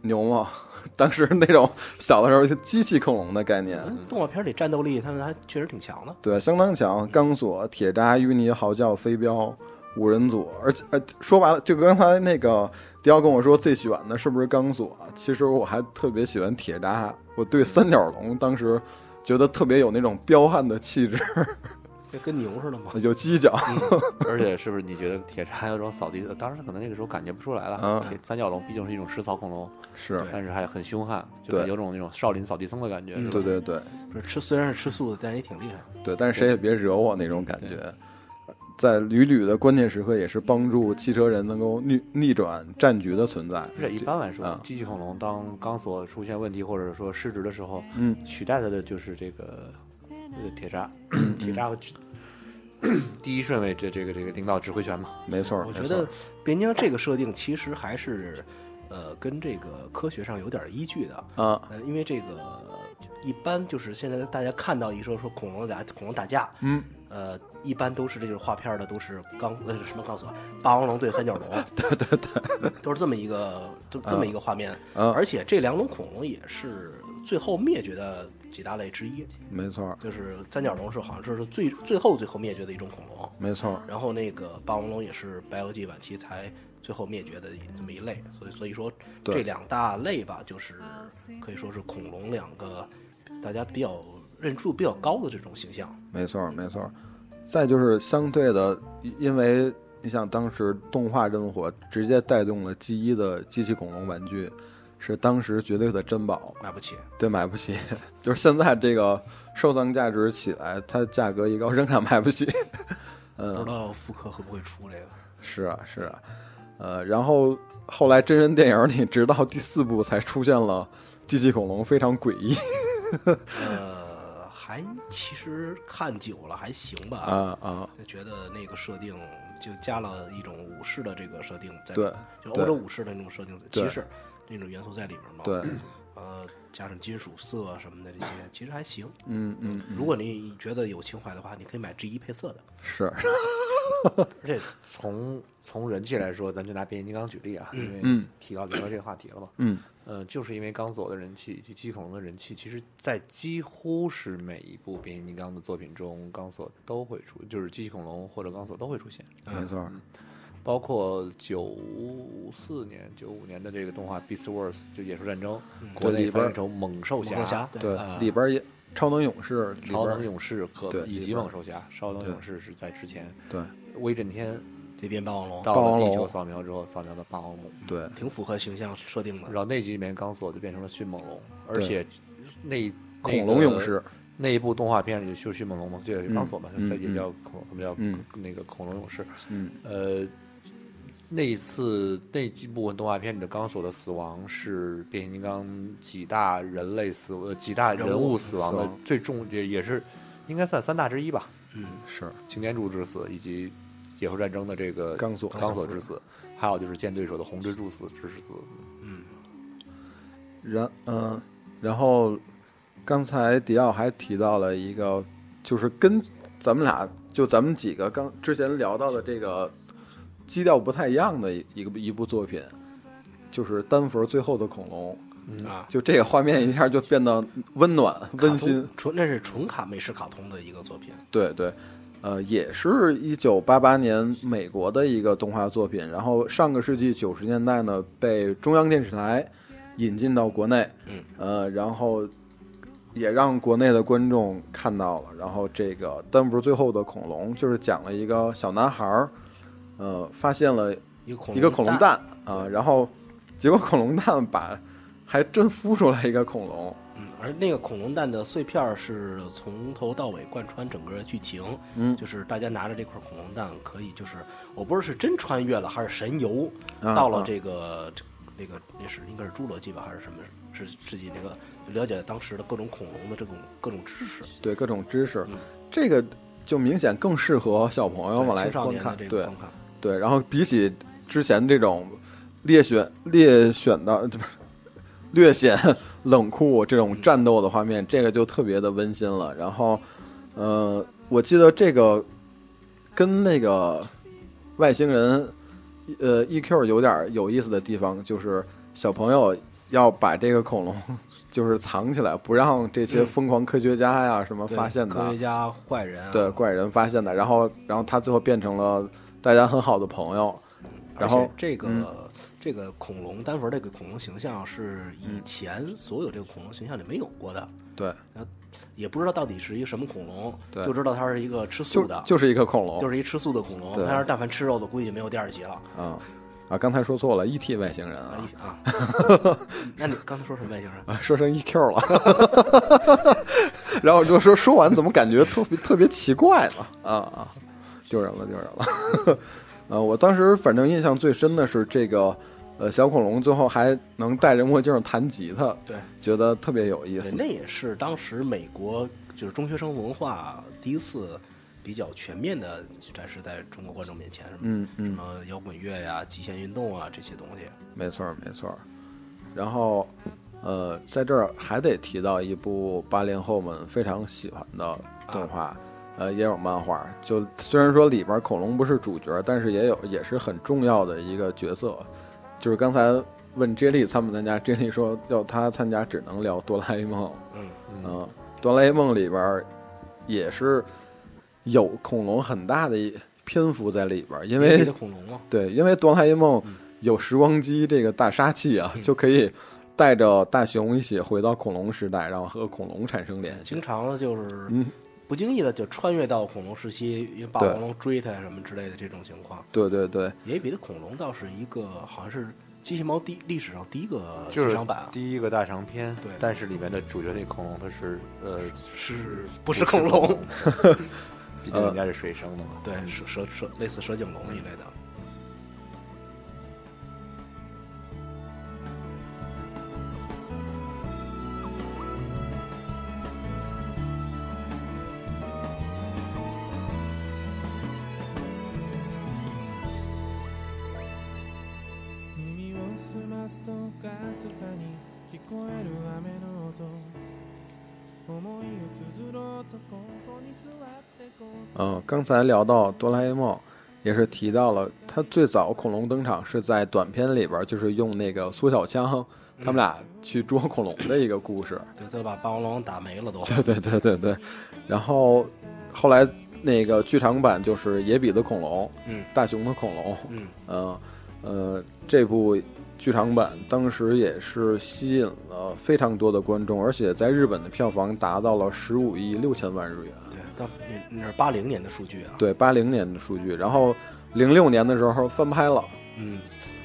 Speaker 2: 牛吗？ 当时那种小的时候就机器恐龙的概念，
Speaker 4: 动画片里战斗力他们还确实挺强的，
Speaker 2: 对，相当强，钢索、铁渣、淤泥、嚎叫、飞镖，五人组，而且呃，说白了，就刚才那个迪奥跟我说最喜欢的是不是钢索？其实我还特别喜欢铁渣，我对三角龙当时觉得特别有那种彪悍的气质，
Speaker 4: 就跟牛似的嘛。
Speaker 2: 有犄角，
Speaker 3: 而且是不是你觉得铁叉有种扫地的？当时可能那个时候感觉不出来了
Speaker 2: 嗯。
Speaker 3: 铁三角龙毕竟是一种食草恐龙，
Speaker 2: 是
Speaker 4: 对
Speaker 3: 但是还很凶悍，就是
Speaker 2: 对嗯
Speaker 3: 有种那种少林扫地僧的感觉。是吧
Speaker 2: 对对对
Speaker 4: 不是吃虽然是吃素的，但也挺厉害。
Speaker 2: 对，但是谁也别惹我那种感觉。在屡屡的关键时刻，也是帮助汽车人能够逆逆转战局的存在。
Speaker 3: 而且一般来说
Speaker 2: 啊，
Speaker 3: 机器恐龙当钢索出现问题或者说失职的时候，
Speaker 2: 嗯，
Speaker 3: 取代它的就是这个呃 铁渣，铁渣和指 第一顺位这这个这个领导指挥权嘛。
Speaker 2: 没错，
Speaker 4: 我
Speaker 2: 没错
Speaker 4: 觉得边疆这个设定其实还是，呃，跟这个科学上有点依据的。
Speaker 2: 啊，
Speaker 4: 呃，因为这个一般就是现在大家看到一说说恐龙俩恐龙打架，
Speaker 2: 嗯，
Speaker 4: 呃，一般都是这种画片儿的都是钢呃什么钢索，霸王龙对三角 龙，对对对，都是这么一个就这么一个画面。
Speaker 2: 嗯
Speaker 4: 而且这两种恐龙也是最后灭绝的几大类之一，
Speaker 2: 没错，
Speaker 4: 就是三角龙是好像是最最后最后灭绝的一种恐龙。
Speaker 2: 没错。
Speaker 4: 然后那个霸王龙也是白垩纪晚期才最后灭绝的这么一类，所以所以说
Speaker 2: 对
Speaker 4: 这两大类吧，就是可以说是恐龙两个大家比较认知度比较高的这种形象。
Speaker 2: 没错儿，没错儿。再就是相对的，因因为你想当时动画这么火，直接带动了 G 一的机器恐龙玩具，是当时绝对的珍宝，
Speaker 4: 买不起，
Speaker 2: 对，买不起。 就是现在这个收藏价值起来，它价格一高，仍然买不起。 嗯
Speaker 4: 不知道复刻会不会出这个。
Speaker 2: 是啊，是啊，呃，然后后来真人电影里，直到第四部才出现了机器恐龙，非常诡异
Speaker 4: 呃，还其实看久了还行吧，
Speaker 2: 啊啊！
Speaker 4: 就觉得那个设定就加了一种武士的这个设定在，
Speaker 2: 对
Speaker 4: 就
Speaker 2: 对
Speaker 4: 欧洲武士的那种设定，
Speaker 2: 对
Speaker 4: 骑士那种元素在里面嘛。
Speaker 2: 对，
Speaker 4: 呃，加上金属色啊什么的这些，其实还行。
Speaker 2: 嗯嗯，
Speaker 4: 如果你觉得有情怀的话，你可以买 G 一配色的。
Speaker 2: 是
Speaker 3: 而且从从人气来说，咱就拿变形金刚举例啊，因为提到聊到这个话题了嘛。
Speaker 2: 嗯，
Speaker 3: 呃，就是因为钢索的人气以及机器恐龙的人气，其实在几乎是每一部变形金刚的作品中，钢索都会出，就是机器恐龙或者钢索都会出现。
Speaker 2: 没错儿，
Speaker 3: 包括九四年、九五年的这个动画《Beast Wars》就野兽战争，国
Speaker 2: 嗯对
Speaker 3: 内
Speaker 2: 里边
Speaker 3: 翻译成《猛兽侠》
Speaker 4: 猛兽侠
Speaker 2: 对
Speaker 3: 啊，
Speaker 2: 里边儿也超能勇士，里
Speaker 3: 超
Speaker 2: 边
Speaker 3: 能
Speaker 2: 儿
Speaker 3: 勇士和
Speaker 2: 对
Speaker 3: 以
Speaker 2: 里
Speaker 3: 及
Speaker 2: 边
Speaker 3: 猛兽侠，超能勇士是在之前，
Speaker 2: 对。哦
Speaker 3: 威震天
Speaker 4: 这边霸王龙
Speaker 3: 到
Speaker 2: 霸王
Speaker 3: 了地
Speaker 2: 龙
Speaker 3: 球扫描之后扫描的霸王龙，
Speaker 2: 对，
Speaker 4: 挺符合形象设定
Speaker 3: 然
Speaker 4: 的。
Speaker 3: 后那集里面钢索就变成了迅猛龙，而
Speaker 2: 对
Speaker 3: 且那
Speaker 2: 恐龙勇士，
Speaker 3: 那一部动画片里就是迅猛龙嘛，就是钢索嘛，
Speaker 2: 嗯
Speaker 3: 它也
Speaker 2: 嗯
Speaker 3: 叫恐，他们叫
Speaker 2: 嗯
Speaker 3: 那个恐龙勇士，
Speaker 2: 嗯，
Speaker 3: 呃，那一次那几部分动画片里的钢索的死亡是变形金刚几大人类死呃几大人物死亡
Speaker 2: 人物
Speaker 3: 的
Speaker 2: 死亡
Speaker 3: 最重也也是应该算三大之一吧，
Speaker 2: 是
Speaker 3: 擎天柱之死以及野兽战争的这个
Speaker 2: 钢索
Speaker 3: 钢索之死，还有就是见对手的红蜘蛛死之死，
Speaker 2: 然嗯、然后刚才迪奥还提到了一个，就是跟咱们俩就咱们几个刚之前聊到的这个基调不太一样的一一个一部作品，就是丹佛最后的恐龙，
Speaker 4: 啊，
Speaker 2: 就这个画面一下就变得温暖温
Speaker 4: 卡
Speaker 2: 馨
Speaker 4: 通，纯那是纯卡美式卡通的一个作品。
Speaker 2: 对对，呃，也是一九八八年美国的一个动画作品，然后上个世纪九十年代呢被中央电视台引进到国内，
Speaker 4: 嗯，
Speaker 2: 呃，然后也让国内的观众看到了，然后这个《丹佛最后的恐龙》就是讲了一个小男孩儿，呃，发现了
Speaker 4: 一个恐
Speaker 2: 一个恐龙蛋啊、然后结果恐龙蛋把还真孵出来一个恐龙，
Speaker 4: 嗯，而那个恐龙蛋的碎片儿是从头到尾贯穿整个剧情，
Speaker 2: 嗯
Speaker 4: 就是大家拿着这块恐龙蛋，可以就是我不知道是真穿越了还是神游、
Speaker 2: 啊
Speaker 4: 到了
Speaker 2: 啊
Speaker 4: 这个这那个那是应该是侏罗纪吧还是什么是世纪那个了解当时的各种恐龙的这种各种知识，
Speaker 2: 对各种知识
Speaker 4: 嗯，
Speaker 2: 这个就明显更适合小朋友们
Speaker 4: 对
Speaker 2: 来
Speaker 4: 青少
Speaker 2: 观
Speaker 4: 年的
Speaker 2: 看，
Speaker 4: 这个
Speaker 2: 对
Speaker 4: 观看，
Speaker 2: 对。然后比起之前这种猎选猎选的不是略显冷酷这
Speaker 4: 嗯
Speaker 2: 种战斗的画面，这个就特别的温馨了。然后，呃，我记得这个跟那个外星人呃 EQ 有点儿有意思的地方，就是小朋友要把这个恐龙 就是藏起来，不让这些
Speaker 4: 嗯
Speaker 2: 疯狂科学家呀什么
Speaker 4: 对
Speaker 2: 发现它。啊
Speaker 4: 科学家坏人、啊、
Speaker 2: 对怪人发现的，然后然后他最后变成了大家很好的朋友，然
Speaker 4: 而
Speaker 2: 后
Speaker 4: 且这个、
Speaker 2: 嗯
Speaker 4: 这个恐龙丹佛这个恐龙形象是
Speaker 2: 嗯
Speaker 4: 以前所有这个恐龙形象里没有过的，
Speaker 2: 对，
Speaker 4: 也不知道到底是一个什么恐龙，
Speaker 2: 对
Speaker 4: 就知道它是一个吃素
Speaker 2: 就
Speaker 4: 的，
Speaker 2: 就是一个恐龙，
Speaker 4: 就是一吃素的恐龙。
Speaker 2: 对
Speaker 4: 它要是但凡吃肉的，估计就没有第二集了。
Speaker 2: 啊啊，刚才说错了，ET 外星人
Speaker 4: 啊
Speaker 2: 啊，
Speaker 4: 一 啊，那你刚才说什么外星人？
Speaker 2: 啊说成 EQ 了， 然后我就说说完怎么感觉特别特别奇怪呢？啊啊，丢人了丢人了， 呃，我当时反正印象最深的是这个。呃，小恐龙最后还能戴着墨镜弹吉他，
Speaker 4: 对，
Speaker 2: 觉得特别有意
Speaker 4: 对
Speaker 2: 思。
Speaker 4: 那也是当时美国就是中学生文化第一次比较全面的展示在中国观众面前，什么、
Speaker 2: 嗯
Speaker 4: 什
Speaker 2: 嗯，
Speaker 4: 么摇滚乐呀、极限运动啊这些东西。
Speaker 2: 没错儿，没错儿。然后，呃，在这儿还得提到一部八零后们非常喜欢的动画，呃，也有漫画。就虽然说里边儿恐龙不是主角，但是也有也是很重要的一个角色。就是刚才问 J 莉参不参加，J 莉说要他参加，只能聊哆啦 A 梦。
Speaker 4: 嗯，
Speaker 2: 嗯，哆啦 A 梦里边儿也是有恐龙很大的一篇幅在里边儿，因
Speaker 4: 美
Speaker 2: 为
Speaker 4: 丽的恐龙啊嘛，
Speaker 2: 对，因为哆啦 A 梦有时光机这个大杀器啊，就可以带着大雄一起回到恐龙时代，然后和恐龙产生联系
Speaker 4: 经。常就是
Speaker 2: 嗯
Speaker 4: 不经意的就穿越到恐龙时期，因为霸
Speaker 2: 对
Speaker 4: 王龙追它什么之类的这种情况。
Speaker 2: 对对对，
Speaker 4: 野比的恐龙倒是一个，好像是机器猫第历史上第一个
Speaker 3: 就
Speaker 4: 剧
Speaker 3: 是
Speaker 4: 场版啊，
Speaker 3: 第一个大长篇，
Speaker 4: 对
Speaker 3: 但是里面的主角那恐龙它是呃
Speaker 4: 是不是恐龙？，
Speaker 3: 毕竟应该是水生的嘛。
Speaker 4: 对，蛇蛇蛇类似蛇颈龙一类的。
Speaker 3: 嗯
Speaker 5: 耳を澄ますとかすかに聞こえる雨の音思いを綴ろうとここに座ってこう
Speaker 2: 嗯，刚才聊到哆啦 A 梦，也是提到了它最早恐龙登场是在短片里边儿，就是用那个苏小枪他们俩去捉恐龙的一个故事。
Speaker 4: 对，最后把霸王龙打没了都。
Speaker 2: 对 对对对对，然后后来那个剧场版就是野比的恐龙，
Speaker 4: 嗯
Speaker 2: 大雄的恐龙，
Speaker 4: 嗯，
Speaker 2: 嗯，呃，这部剧场版当时也是吸引了非常多的观众，而且在日本的票房达到了十五亿六千万日元，
Speaker 4: 对，到那那是八零年的数据啊。，
Speaker 2: 对，八零年的数据。然后零六年的时候翻拍了，
Speaker 4: 嗯，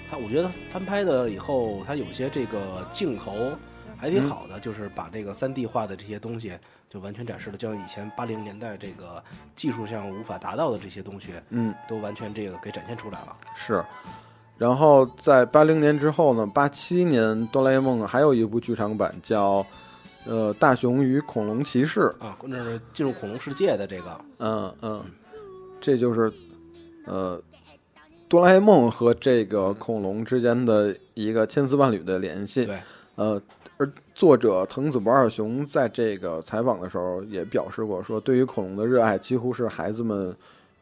Speaker 4: 它我觉得翻拍的以后，它有些这个镜头还
Speaker 3: 嗯
Speaker 4: 挺好的，就是把这个三 D 化的这些东西就完全展示了，就像以前八零年代这个技术上无法达到的这些东西，
Speaker 2: 嗯，
Speaker 4: 都完全这个给展现出来了。
Speaker 2: 是。然后在八零年之后呢，八七年哆啦 A 梦还有一部剧场版叫。呃，大雄与恐龙骑士，
Speaker 4: 啊，那是进入恐龙世界的这个，
Speaker 2: 嗯嗯，这就是呃，哆啦 A 梦和这个恐龙之间的一个千丝万缕的联系。
Speaker 4: 对，
Speaker 2: 呃，而作者藤子不二雄在这个采访的时候也表示过说，对于恐龙的热爱几乎是孩子们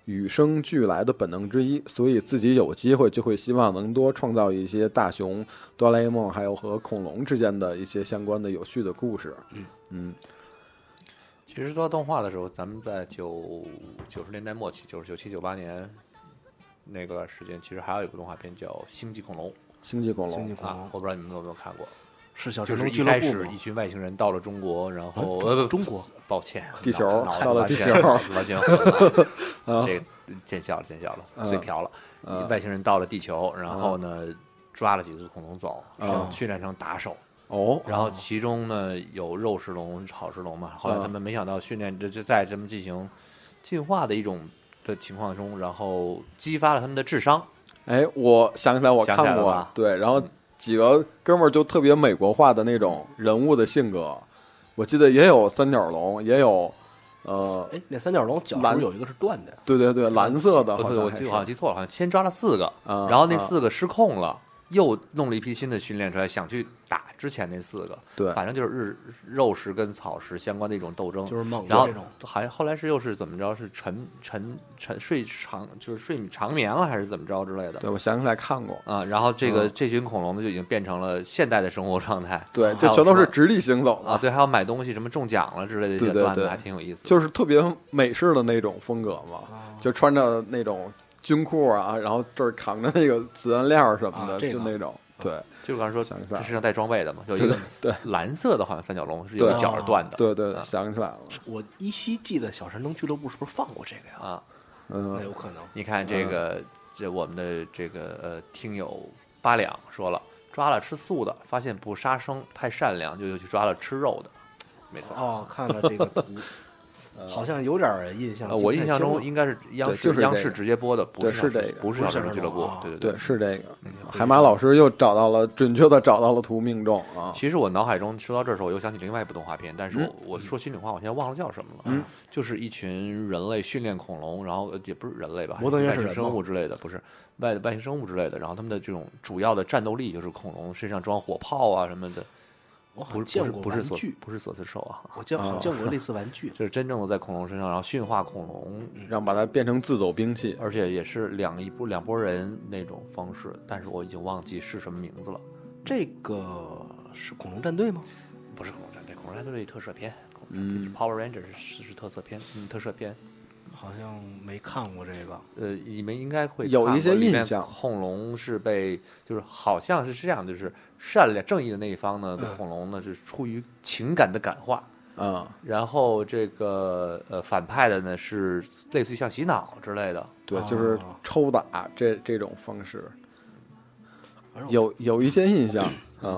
Speaker 2: 与生俱来的本能之一，所以自己有机会就会希望能多创造一些大熊、哆啦 A 梦还有和恐龙之间的一些相关的有趣的故事。
Speaker 4: 嗯
Speaker 2: 嗯
Speaker 3: 其实做动画的时候，咱们在九九十年代末期，九九七九八年那个时间，其实还有一部动画片叫《星际恐龙》
Speaker 2: 星际恐
Speaker 4: 星
Speaker 2: 龙
Speaker 4: 际恐
Speaker 3: 啊
Speaker 4: 龙，
Speaker 3: 我不知道你们有没有看过，
Speaker 4: 是小
Speaker 3: 就
Speaker 4: 神
Speaker 3: 是
Speaker 4: 龙
Speaker 3: 一
Speaker 4: 啊俱乐
Speaker 3: 开始一
Speaker 4: 部嘛，
Speaker 3: 群外星人到了中国，然后呃不
Speaker 4: 中国，
Speaker 3: 抱歉，
Speaker 2: 地球
Speaker 3: 脑脑子
Speaker 2: 到了
Speaker 3: 完
Speaker 2: 地
Speaker 3: 全
Speaker 2: 球
Speaker 3: 脑子完全混了
Speaker 2: 啊
Speaker 3: 这个见笑了，见笑了，
Speaker 2: 嗯
Speaker 3: 嘴瓢了。外星人到了地球，然后呢抓了几只恐龙走，
Speaker 2: 嗯
Speaker 3: 训练成打手，
Speaker 2: 哦，
Speaker 3: 然后其中呢有肉食龙、草食龙嘛，后来他们没想到训练这就在他们进行进化的一种的情况中，然后激发了他们的智商。
Speaker 2: 哎，我想起来我看
Speaker 3: 想起来了
Speaker 2: 过
Speaker 3: 吧，嗯
Speaker 2: 对，然后几个哥们儿就特别美国化的那种人物的性格，我记得也有三角龙，也有呃，
Speaker 4: 哎，那三角龙脚是
Speaker 2: 蓝
Speaker 4: 不是有一个是断的？
Speaker 2: 对对对，蓝色的
Speaker 3: 呃
Speaker 2: 好
Speaker 3: 对，
Speaker 2: 像
Speaker 3: 我
Speaker 2: 还
Speaker 3: 记
Speaker 2: 是
Speaker 3: 我好像记错了，好像先抓了四个，
Speaker 2: 啊
Speaker 3: 然后那
Speaker 2: 啊
Speaker 3: 四个失控了，又弄了一批新的训练出来，想去打之前那四个。
Speaker 2: 对
Speaker 3: 反正就是日肉食跟草食相关的一种斗争，
Speaker 4: 就是猛的
Speaker 3: 然后
Speaker 4: 这种
Speaker 3: 还后来是又是怎么着？是沉沉沉睡长，就是睡长眠了，还是怎么着之类的？
Speaker 2: 对，我想起来看过，
Speaker 3: 啊，然后这个、
Speaker 2: 嗯
Speaker 3: 这群恐龙呢，就已经变成了现代的生活状态。
Speaker 2: 对，
Speaker 3: 啊还
Speaker 2: 这
Speaker 3: 有
Speaker 2: 全都是
Speaker 3: 什么
Speaker 2: 直立行走
Speaker 3: 啊，
Speaker 2: 的，
Speaker 3: 对，还有买东西什么中奖了之类的这
Speaker 2: 对
Speaker 3: 些
Speaker 2: 对
Speaker 3: 段子，
Speaker 2: 对
Speaker 3: 还挺有意思的。
Speaker 2: 就是特别美式的那种风格嘛，
Speaker 3: 哦
Speaker 2: 就穿着那种军裤啊，然后这儿扛着那个子弹链儿什么的，
Speaker 4: 啊这个
Speaker 2: 就那种，对
Speaker 3: 就刚才说，
Speaker 2: 想一下
Speaker 3: 他身上带装备的嘛，有一
Speaker 2: 对
Speaker 3: 啊个
Speaker 2: 对对
Speaker 3: 蓝色的，好像三角龙是有
Speaker 2: 对
Speaker 3: 角儿断的。
Speaker 2: 对对，
Speaker 3: 啊
Speaker 2: 想起来了，
Speaker 4: 我依稀记得小神灯俱乐部是不是放过这个呀？
Speaker 3: 啊，
Speaker 2: 嗯
Speaker 4: 那有可能。
Speaker 3: 你看这个，这我们的这个呃听友八两说了，抓了吃素的，发现不杀生，太善良，就又去抓了吃肉的，没错。
Speaker 4: 哦，看了这个 图，好像有点儿印象
Speaker 3: 嗯呃，。我印象中
Speaker 4: 记
Speaker 3: 应该是央
Speaker 2: 对
Speaker 3: 视、
Speaker 2: 就是这
Speaker 3: 央
Speaker 2: 个
Speaker 3: 视直接播的，不
Speaker 2: 对
Speaker 3: 是
Speaker 2: 是
Speaker 3: 小
Speaker 2: 这个
Speaker 3: 不是
Speaker 4: 不
Speaker 3: 小
Speaker 4: 是
Speaker 3: 神
Speaker 4: 小
Speaker 3: 俱乐
Speaker 4: 神
Speaker 3: 部
Speaker 4: 龙啊，
Speaker 3: 对对
Speaker 2: 对，。是这个。
Speaker 4: 不清
Speaker 2: 海马老师又找到了准确的找到了图命中啊，
Speaker 3: 其实我脑海中说到这儿的时候，我又想起另外一部动画片，但是
Speaker 2: 嗯
Speaker 3: 我、我说心里话，我现在忘了叫什么了。嗯，就是一群人类训练恐龙，然后呃也不是人类吧，
Speaker 4: 摩登
Speaker 3: 外
Speaker 4: 原始人
Speaker 3: 星生
Speaker 4: 吗
Speaker 3: 物之类的，不是外外星生物之类的。然后他们的这种主要的战斗力就是恐龙身上装火炮啊什么的，
Speaker 4: 我好
Speaker 3: 不
Speaker 4: 像
Speaker 3: 是不是
Speaker 4: 见过
Speaker 3: 不是
Speaker 4: 玩
Speaker 3: 所
Speaker 4: 具，
Speaker 3: 不是所刺兽啊，
Speaker 4: 我见好像见过类似玩 具。
Speaker 3: 就是真正的在恐龙身上，然后驯化恐龙，
Speaker 2: 让把它变成自走兵器。
Speaker 3: 而且也是两一波两拨人那种方式，但是我已经忘记是什么名字了。
Speaker 4: 这个是恐龙战队吗？
Speaker 3: 不是恐龙战队，恐龙战队是特摄片，恐龙战队是 Power Ranger 是是特色片，嗯，特摄片。
Speaker 4: 好像没看过这个。
Speaker 3: 呃，你们应该会
Speaker 2: 有
Speaker 3: 看
Speaker 2: 一些
Speaker 3: 过里
Speaker 2: 印
Speaker 3: 面
Speaker 2: 象
Speaker 3: 恐龙是被，就是好像是这样，就是善良正义的那一方呢，恐龙呢是出于情感的感化，
Speaker 2: 嗯，
Speaker 3: 然后这个呃反派的呢是类似于像洗脑之类的。
Speaker 2: 对，
Speaker 4: 哦
Speaker 2: 就是抽打这这种方式，
Speaker 4: 反正我，
Speaker 2: 有有一些印象啊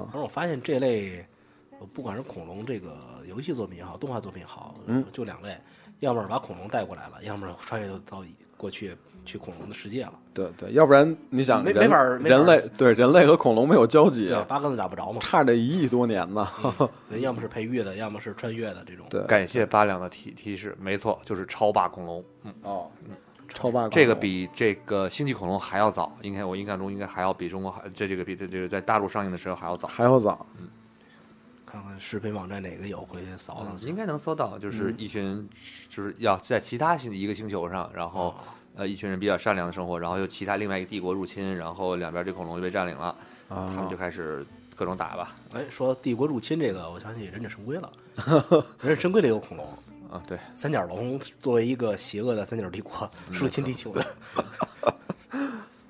Speaker 4: 反，正我发现这类，呃不管是恐龙这个游戏作品也好，动画作品也好，
Speaker 2: 嗯
Speaker 4: 就两类，要么是把恐龙带过来了，要么是穿越到过去去恐龙的世界了。
Speaker 2: 对对，要不然你想
Speaker 4: 没
Speaker 2: 人
Speaker 4: 没法儿没法儿
Speaker 2: 人类对人类和恐龙没有交集
Speaker 3: 啊
Speaker 4: 对，，嗯八竿子打不着嘛。
Speaker 2: 差这一亿多年呢。
Speaker 4: 人要么是配乐的，要么是穿越的这种。
Speaker 2: 对
Speaker 3: 感谢八两的提提示，没错，就是超霸恐龙。嗯，
Speaker 2: 哦，超霸
Speaker 3: 这个比这个星际恐龙还要早，应该我印象中应该还要比中国还这这个比这这个在大陆上映的时候还要早。
Speaker 2: 还要早，
Speaker 4: 看看视频网站哪个有，回去扫扫
Speaker 3: 嗯
Speaker 4: 去。
Speaker 3: 应该能搜到，就是一群，就是要在其他星一个星球上，然后、呃一群人比较善良的生活，然后又其他另外一个帝国入侵，然后两边这恐龙就被占领了，他们就开始各种打吧。
Speaker 4: 哎，说帝国入侵这个，我想起忍者神龟 了。忍者神龟里有恐龙，
Speaker 3: 啊，对，
Speaker 4: 三角龙作为一个邪恶的三角帝国
Speaker 2: 嗯
Speaker 4: 入侵地球的，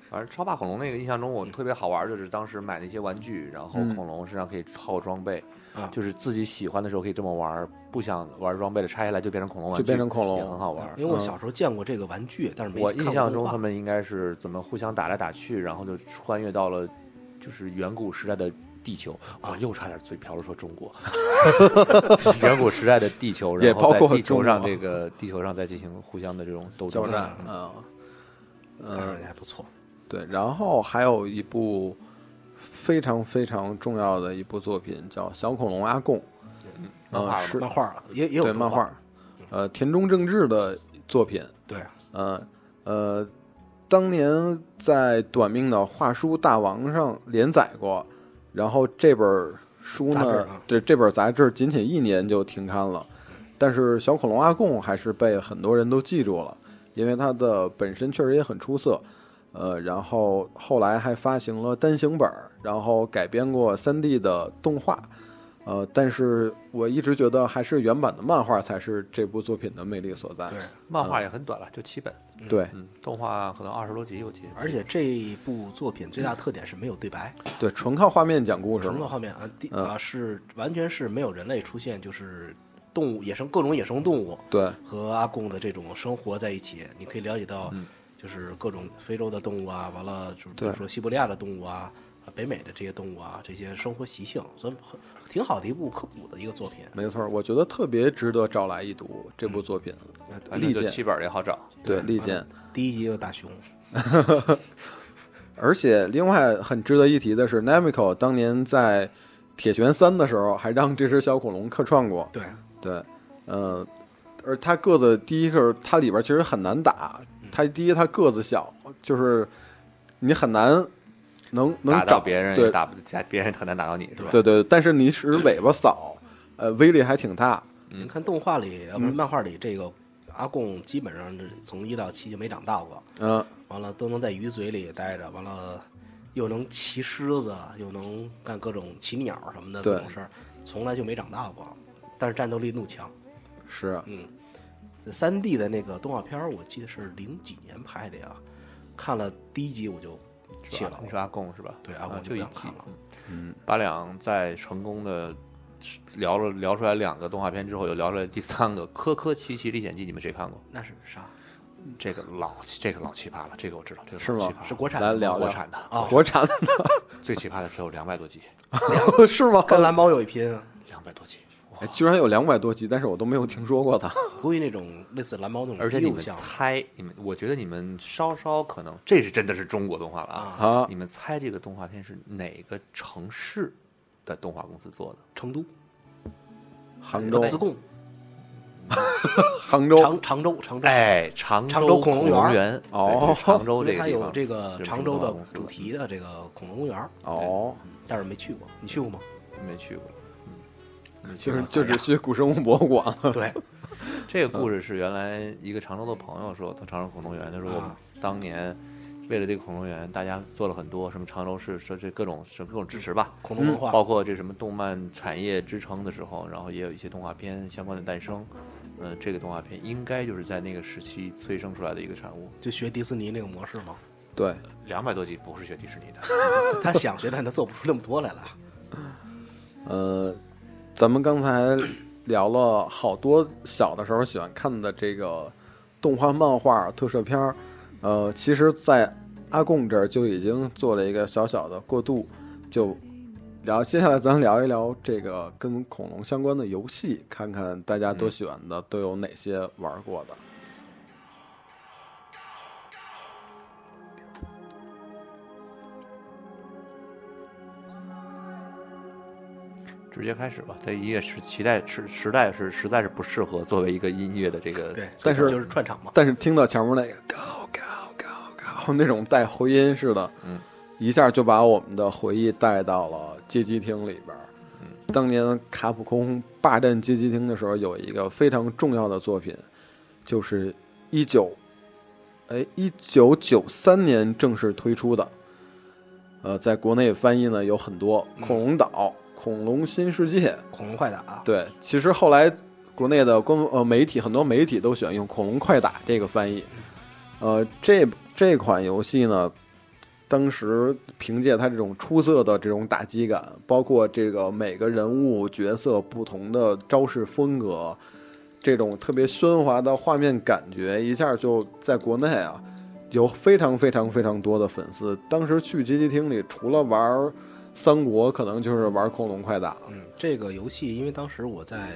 Speaker 3: 反正超霸恐龙那个印象中我特别好玩，就是当时买那些玩具，然后
Speaker 2: 嗯
Speaker 3: 恐龙身上可以套装备，
Speaker 4: 啊
Speaker 3: 就是自己喜欢的时候可以这么玩，不想玩装备的拆下来就变成恐龙玩具，
Speaker 2: 就变成恐龙
Speaker 3: 也很好玩。
Speaker 4: 因为我小时候见过这个玩具，但是没
Speaker 3: 我
Speaker 4: 看过
Speaker 3: 印象
Speaker 4: 动
Speaker 3: 中
Speaker 4: 画
Speaker 3: 他们应该是怎么互相打来打去，然后就穿越到了就是远古时代的地球。我又差点嘴瓢了，说中国。 远古时代的地球，
Speaker 2: 也
Speaker 3: 然后
Speaker 2: 包括
Speaker 3: 在地球上
Speaker 2: 中国
Speaker 3: 这个地球上再进行互相的这种斗
Speaker 2: 交
Speaker 3: 争。
Speaker 2: 战啊，
Speaker 4: 嗯看
Speaker 2: 嗯
Speaker 4: 着也还不错。
Speaker 2: 对，然后还有一部非常非常重要的一部作品叫《小恐龙阿贡》，
Speaker 3: 漫
Speaker 2: 啊
Speaker 3: 画了吗
Speaker 2: 是
Speaker 4: 漫画也也有
Speaker 2: 对
Speaker 4: 动
Speaker 2: 漫画，，呃，田中正治的作品，
Speaker 4: 对，
Speaker 2: 呃呃，当年在短命的画书大王上连载过，然后这本书
Speaker 4: 杂志
Speaker 2: 呢
Speaker 4: 啊，
Speaker 2: 这这本杂志仅仅一年就停刊了，但是小恐龙阿贡还是被很多人都记住了，因为它的本身确实也很出色。呃，然后后来还发行了单行本儿，然后改编过 3D 的动画，呃，但是我一直觉得还是原版的漫画才是这部作品的魅力所在。
Speaker 4: 对
Speaker 3: 漫
Speaker 2: 嗯
Speaker 3: 画也很短了，就七本。
Speaker 2: 对
Speaker 3: 嗯，动画可能二十多集，我记得。
Speaker 4: 而且这部作品最大特点是没有对白，
Speaker 2: 对，纯靠画面讲故事
Speaker 4: 纯靠
Speaker 2: 嘛。
Speaker 4: 画面啊，第
Speaker 2: 嗯
Speaker 4: 啊是完全是没有人类出现，就是动物野生各种野生动物
Speaker 2: 对，
Speaker 4: 和阿贡的这种生活在一起，你可以了解到就是各种非洲的动物啊，完了就是比如
Speaker 2: 嗯对
Speaker 4: 说西伯利亚的动物啊，呃北美的这些动物啊，这些生活习性，所以很挺好的一部科普的一个作品。
Speaker 2: 没错，我觉得特别值得找来一读这
Speaker 3: 嗯
Speaker 2: 部作品。
Speaker 3: 反
Speaker 2: 利
Speaker 3: 正就
Speaker 2: 剑
Speaker 3: 七本儿也好找。
Speaker 2: 对，利剑。
Speaker 4: 第一集有大熊，
Speaker 2: 而且另外很值得一提的是，Namco 当年在《铁拳三》的时候还让这只小恐龙客串过。
Speaker 4: 对，
Speaker 2: 对，嗯，而它个子第一个是它里边其实很难打，
Speaker 3: 嗯
Speaker 2: 它第一它个子小，就是你很难能能
Speaker 3: 打
Speaker 2: 找
Speaker 3: 到别人也
Speaker 2: 对
Speaker 3: 打不，别人很难打到你，是吧？
Speaker 2: 对对，但是你使尾巴扫，呃，威力还挺大。
Speaker 4: 你看动画里，呃不是
Speaker 2: 嗯
Speaker 4: 漫画里，这个阿贡基本上是从一到七就没长大过，
Speaker 2: 嗯、
Speaker 4: 完了都能在鱼嘴里待着，完了又能骑狮子，又能干各种骑鸟什么的
Speaker 2: 对
Speaker 4: 这种事儿，从来就没长大过，但是战斗力怒强。
Speaker 2: 是，
Speaker 3: 嗯
Speaker 4: 三 D 的那个动画片儿，我记得是零几年拍的呀，看了第一集我就弃了
Speaker 3: 你。说阿贡是吧？
Speaker 4: 对阿
Speaker 3: 啊
Speaker 4: 贡就
Speaker 3: 就
Speaker 4: 不
Speaker 3: 一
Speaker 4: 想
Speaker 3: 季
Speaker 4: 看了。
Speaker 3: 嗯，八两在成功的聊了聊出来两个动画片之后，又聊出来第三个《科科奇奇历险记》，你们谁看过？
Speaker 4: 那是啥？
Speaker 3: 这个老这个老奇葩了，这个我知道，这个
Speaker 2: 是吗
Speaker 3: 老奇葩了
Speaker 4: 是国产的
Speaker 2: 咱
Speaker 4: 吗
Speaker 2: 聊聊
Speaker 3: 国产的
Speaker 4: 啊
Speaker 2: 国产
Speaker 3: 最奇葩的是有两百多集，
Speaker 2: 的 是吗？
Speaker 4: 跟蓝猫有一拼啊。
Speaker 3: 两百多集，哇
Speaker 2: 哎居然有两百多集，但是我都没有听说过 它。
Speaker 4: 估计那种类似蓝猫那种
Speaker 3: 而且你
Speaker 4: 右
Speaker 3: 们
Speaker 4: 向，
Speaker 3: 猜，你们我觉得你们稍稍可能，这是真的是中国动画了啊！
Speaker 2: 啊
Speaker 3: 你们猜这个动画片是哪个城市的动画公司做的？
Speaker 4: 成都、
Speaker 2: 杭州，
Speaker 4: 自贡、
Speaker 2: 杭州，
Speaker 4: 常常州、常州，
Speaker 3: 哎，常
Speaker 4: 常州
Speaker 3: 恐
Speaker 4: 恐龙
Speaker 3: 园
Speaker 4: 园
Speaker 3: 对
Speaker 2: 哦
Speaker 3: 是常州
Speaker 4: 因
Speaker 3: 这
Speaker 4: 为
Speaker 3: 个
Speaker 4: 它
Speaker 3: 地
Speaker 4: 有
Speaker 3: 方，
Speaker 4: 这个
Speaker 3: 是
Speaker 4: 常
Speaker 3: 中
Speaker 4: 州
Speaker 3: 国
Speaker 4: 的
Speaker 3: 公司
Speaker 4: 主题的这个恐龙公园儿，
Speaker 2: 哦，
Speaker 4: 但是没去
Speaker 3: 嗯
Speaker 4: 过。你 去过吗？
Speaker 3: 没去过，嗯，没去
Speaker 2: 就是
Speaker 3: 过
Speaker 2: 就只去古生物博物馆了。
Speaker 4: 对，
Speaker 3: 这个故事是原来一个常州的朋友说，他常州恐龙园，他说我们
Speaker 4: 啊
Speaker 3: 当年为了这个恐龙园，大家做了很多什么常州市说这各种什么各种支持吧，
Speaker 4: 恐龙文化
Speaker 3: 包括这什么动漫产业支撑的时候，然后也有一些动画片相关的诞生。呃，这个动画片应该就是在那个时期催生出来的一个产物。
Speaker 4: 就学迪士尼那个模式吗？
Speaker 2: 对，
Speaker 3: 两百多集不是学迪士尼的，
Speaker 4: 他想学，但他做不出那么多来 了。啊
Speaker 2: 呃，咱们刚才聊了好多小的时候喜欢看的这个动画、漫画、特摄片儿。呃，其实，在阿贡这儿就已经做了一个小小的过渡，就聊。接下来咱聊一聊这个跟恐龙相关的游戏，看看大家都喜欢的都有哪些玩过的。
Speaker 3: 直接开始吧。这音乐是期待时时代是实在是不适合作为一个音乐的这个
Speaker 4: 对，
Speaker 2: 但是
Speaker 4: 就是串场嘛。
Speaker 2: 但是听到前面那个 go go go go 那种带回音似的，
Speaker 3: 嗯，
Speaker 2: 一下就把我们的回忆带到了街机厅里边。嗯，当年卡普空霸占街机厅的时候，有一个非常重要的作品，就是一九，哎，一九九三年正式推出的。呃，在国内翻译呢有很多，《恐龙岛》恐龙新世界》
Speaker 4: 恐龙快打，啊
Speaker 2: 对，其实后来国内的官呃媒体很多媒体都喜欢用“恐龙快打”这个翻译。呃，这这款游戏呢，当时凭借它这种出色的这种打击感，包括这个每个人物角色不同的招式风格，这种特别喧哗的画面感觉，一下就在国内啊。有非常非常非常多的粉丝，当时去街机厅里，除了玩三国，可能就是玩恐龙快打了。
Speaker 4: 嗯，这个游戏因为当时我在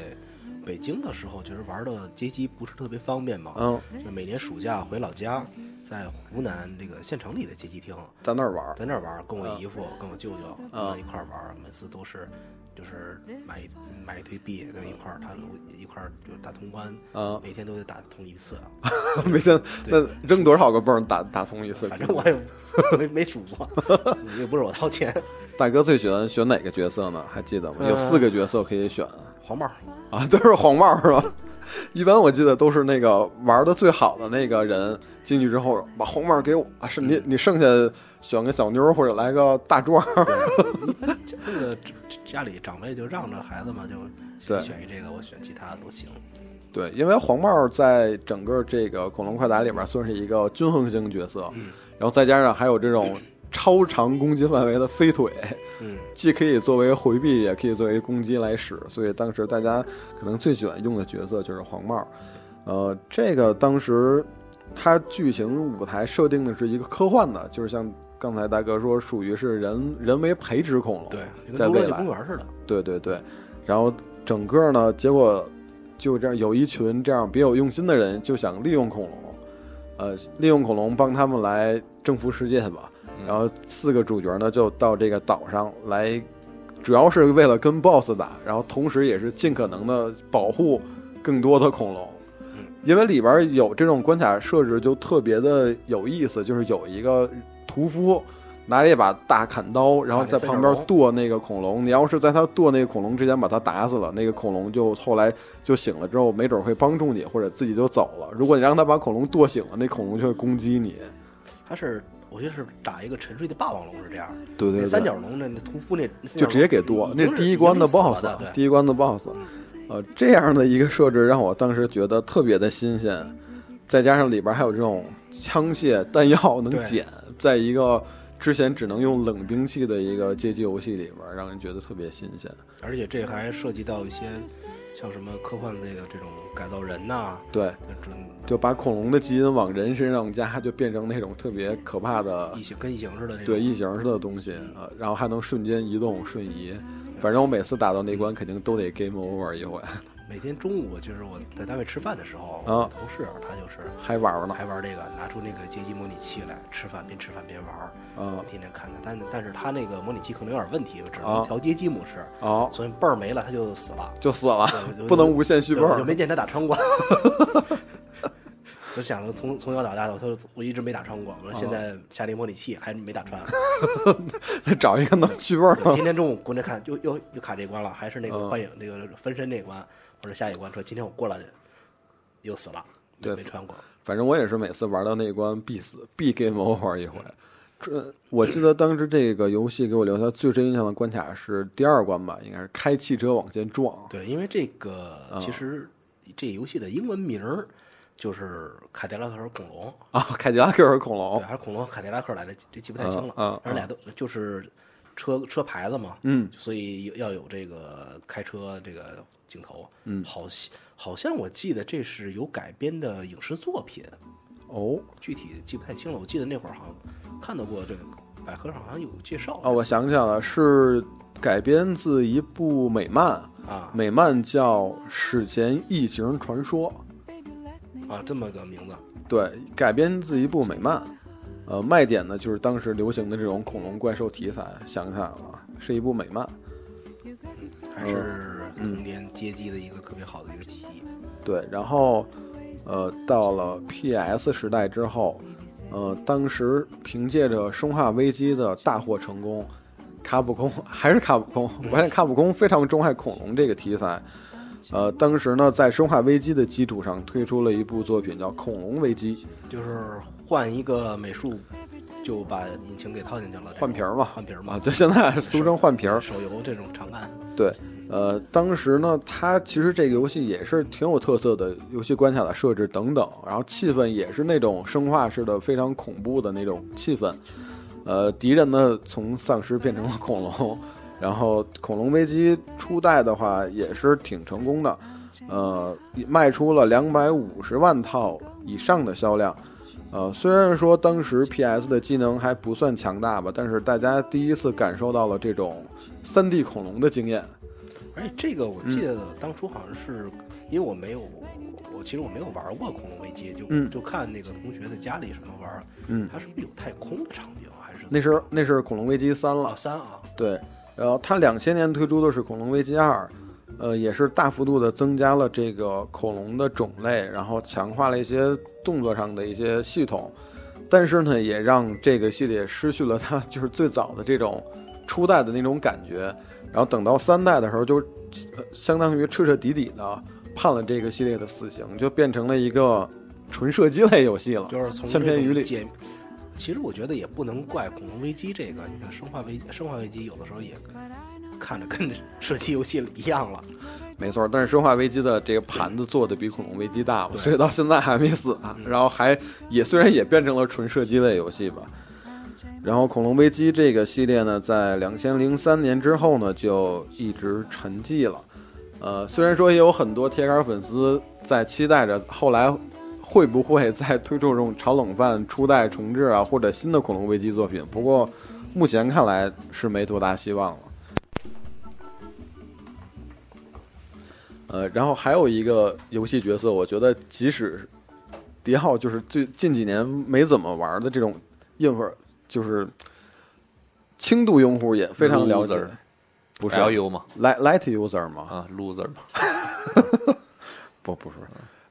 Speaker 4: 北京的时候，就是玩的街机不是特别方便嘛，
Speaker 2: 嗯，
Speaker 4: 就每年暑假回老家，在湖南这个县城里的街机厅，
Speaker 2: 在那儿玩。
Speaker 4: 在那儿玩儿，跟我
Speaker 2: 嗯
Speaker 4: 姨父、跟我舅舅他们一块儿玩儿，每次都是就是买一买一堆币，跟一块儿他们一块儿就打通关，
Speaker 2: 啊
Speaker 4: 每天都得打通一次，
Speaker 2: 每天那
Speaker 4: 对
Speaker 2: 扔多少个泵打打通一次？
Speaker 4: 反正 我也没没数过，也不是我掏钱。
Speaker 2: 大哥最喜欢选哪个角色呢？还记得吗？有四个角色可以选
Speaker 4: 黄帽儿，
Speaker 2: 啊，都是黄帽是吧？一般我记得都是那个玩的最好的那个人进去之后，把红帽给我，啊、是
Speaker 4: 嗯
Speaker 2: 你你剩下选个小妞儿或者来个大壮，
Speaker 4: 那个家家里长辈就让着孩子嘛，就
Speaker 2: 对
Speaker 4: 你选一这个，我选其他的都行。
Speaker 2: 对，因为黄帽在整个这个《恐龙快打》里边算是一个均衡型角色，
Speaker 4: 嗯
Speaker 2: 然后再加上还有这种超长攻击范围的飞腿，
Speaker 4: 嗯，
Speaker 2: 既可以作为回避，也可以作为攻击来使，所以当时大家可能最喜欢用的角色就是黄帽。呃，这个当时它剧情舞台设定的是一个科幻的，就是像刚才大哥说属于是人人为培植恐龙，
Speaker 4: 对，就
Speaker 2: 在
Speaker 4: 跟游乐
Speaker 2: 未
Speaker 4: 去
Speaker 2: 来
Speaker 4: 公，园似的，
Speaker 2: 对对对，然后整个呢，结果就这样有一群这样别有用心的人就想利用恐龙，呃，利用恐龙帮他们来征服世界吧。然后四个主角呢就到这个岛上来，主要是为了跟 BOSS 打，然后同时也是尽可能的保护更多的恐龙。因为里边有这种关卡设置，就特别的有意思。就是有一个屠夫拿着一把大砍刀，然后在旁边剁那个恐龙。你要是在他剁那个恐龙之前把他打死了，那个恐龙就后来就醒了之后，没准会帮助你，或者自己就走了。如果你让他把恐龙剁醒了，那恐龙就会攻击你。
Speaker 4: 它是我觉得是打一个沉睡的霸王龙是这样，
Speaker 2: 对对
Speaker 4: 那
Speaker 2: 对，
Speaker 4: 三角龙那那屠夫那
Speaker 2: 就直接给剁，那是第一关的 BOSS，
Speaker 4: 了，对
Speaker 2: 第一关的 BOSS，呃，这样的一个设置让我当时觉得特别的新鲜，再加上里边还有这种枪械弹药能
Speaker 4: 对
Speaker 2: 捡，在一个之前只能用冷兵器的一个街机游戏里边，让人觉得特别新鲜。
Speaker 4: 而且这还涉及到一些像什么科幻类的这种改造人呐、
Speaker 2: 对，
Speaker 4: 那种
Speaker 2: 就把恐龙的基因往人身上加，就变成那种特别可怕的
Speaker 4: 异形跟异形似的这种。
Speaker 2: 对异形似的东西啊、呃然后还能瞬间移动瞬移。反正我每次打到那关，肯定都得 game over 一回，
Speaker 4: 每天中午就是我在单位吃饭的时候，
Speaker 2: 啊
Speaker 4: 我同事他就是
Speaker 2: 还玩儿呢
Speaker 4: 还玩这个，拿出那个街机模拟器来吃饭，边吃饭边玩儿，
Speaker 2: 啊
Speaker 4: 天天看他。但但是他那个模拟器可能有点问题，只
Speaker 2: 啊
Speaker 4: 能调街机模式，
Speaker 2: 哦，
Speaker 4: 所以倍儿没了他就死了，
Speaker 2: 就死了
Speaker 4: 对，
Speaker 2: 不能无限续
Speaker 4: 对
Speaker 2: 倍
Speaker 4: 我
Speaker 2: 儿
Speaker 4: 就。没见他打 穿过。我想着从从小到大的，他说我一直没打穿过。我
Speaker 2: 哦
Speaker 4: 说现在下那模拟器还没打穿，
Speaker 2: 再找一个能续味儿
Speaker 4: 对
Speaker 2: 的
Speaker 4: 天天中午过来看，又又又卡这关了，还是那
Speaker 2: 嗯
Speaker 4: 个幻影那个分身那关，或者下一关。说今天我过来又死了，
Speaker 2: 对
Speaker 4: 没穿过。
Speaker 2: 反正我也是每次玩到那一关必死，必 game over 一回。这我记得当时这个游戏给我留下最深印象的关卡是第二关吧，应该是开汽车往前撞。
Speaker 4: 对，因为这个
Speaker 2: 哦
Speaker 4: 其实这游戏的英文名儿就是凯迪拉克和恐龙，
Speaker 2: 啊，凯迪拉克是恐
Speaker 4: 对，
Speaker 2: 龙，
Speaker 4: 还是恐龙和凯迪拉克来着，这记不太清了。
Speaker 2: 啊啊
Speaker 4: 而俩都就是车车牌子嘛，
Speaker 2: 嗯
Speaker 4: 所以要有这个开车这个镜头。嗯，好像好像我记得这是有改编的影视作品，
Speaker 2: 哦
Speaker 4: 具体记不太清了。我记得那会儿好像看到过这个百科上好像有介绍。
Speaker 2: 哦，我想起来了，是改编自一部美漫，
Speaker 4: 啊
Speaker 2: 美漫叫《史前异形传说》。
Speaker 4: 啊这么个名字，
Speaker 2: 对，改编自一部美漫，呃，卖点呢就是当时流行的这种恐龙怪兽题材。想想啊，是一部美漫。
Speaker 4: 还
Speaker 2: 哦
Speaker 4: 是
Speaker 2: 嗯
Speaker 4: 童年街机的一个特别好的一个记忆。
Speaker 2: 对，然后呃，到了 PS 时代之后，呃，当时凭借着《生化危机》的大获成功，卡普空还是卡普空，我发现卡普空非常钟爱恐龙这个题材。呃，当时呢，在《生化危机》的基础上推出了一部作品叫《恐龙危机
Speaker 4: 就是换一个美术，就把引擎给套进去了，这种
Speaker 2: 换皮儿嘛
Speaker 4: 换皮儿》
Speaker 2: 啊，
Speaker 4: 嘛，
Speaker 2: 对，现在俗称换皮儿。
Speaker 4: 手游这种常干。
Speaker 2: 对，呃，当时呢，它其实这个游戏也是挺有特色的，游戏关卡的设置等等，然后气氛也是那种生化式的非常恐怖的那种气氛。呃，敌人呢从丧尸变成了恐龙，然后《恐龙危机》初代的话也是挺成功的，呃，卖出了两百五十万套以上的销量。呃，虽然说当时 PS 的机能还不算强大吧，但是大家第一次感受到了这种三 D 恐龙的经验。
Speaker 4: 而且这个我记
Speaker 2: 嗯
Speaker 4: 得当初好像是，因为我没有，我其实我没有玩过《恐龙危机》，就、
Speaker 2: 嗯
Speaker 4: 就看那个同学在家里什么玩儿，
Speaker 2: 嗯
Speaker 4: 它是不是有太空的场景啊还是
Speaker 2: 那是那是《恐龙危机三》
Speaker 4: 老
Speaker 2: 了，
Speaker 4: 三啊？
Speaker 2: 对。然后它两千年推出的是《恐龙危机二》，呃，也是大幅度的增加了这个恐龙的种类，然后强化了一些动作上的一些系统，但是呢，也让这个系列失去了它就是最早的这种初代的那种感觉。然后等到三代的时候就，呃相当于彻彻底底的判了这个系列的死刑，就变成了一个纯射击类游戏了，
Speaker 4: 就是从
Speaker 2: 千篇一律
Speaker 4: 这种解。其实我觉得也不能怪《恐龙危机》这个，你看《生化危生化危机》有的时候也看着跟射击游戏一样了。
Speaker 2: 没错，但是《生化危机》的这个盘子做的比《恐龙危机》大嘛，
Speaker 4: 对
Speaker 2: 所以到现在还没死啊。然后还也虽然也变成了纯射击类游戏吧。然后《恐龙危机》这个系列呢，在两千零三年之后呢，就一直沉寂了。呃，虽然说也有很多铁杆粉丝在期待着后来会不会再推出这种炒冷饭初代重置啊，或者新的恐龙危机作品？不过目前看来是没多大希望了。呃，然后还有一个游戏角色，我觉得即使是迪奥就是最近几年没怎么玩的这种硬核，就是轻度用户也非常了解
Speaker 3: Loser，
Speaker 2: 不是
Speaker 3: L U 嘛，
Speaker 2: light light user 嘛？
Speaker 3: 啊，loser 嘛， 嗯
Speaker 2: 不不是，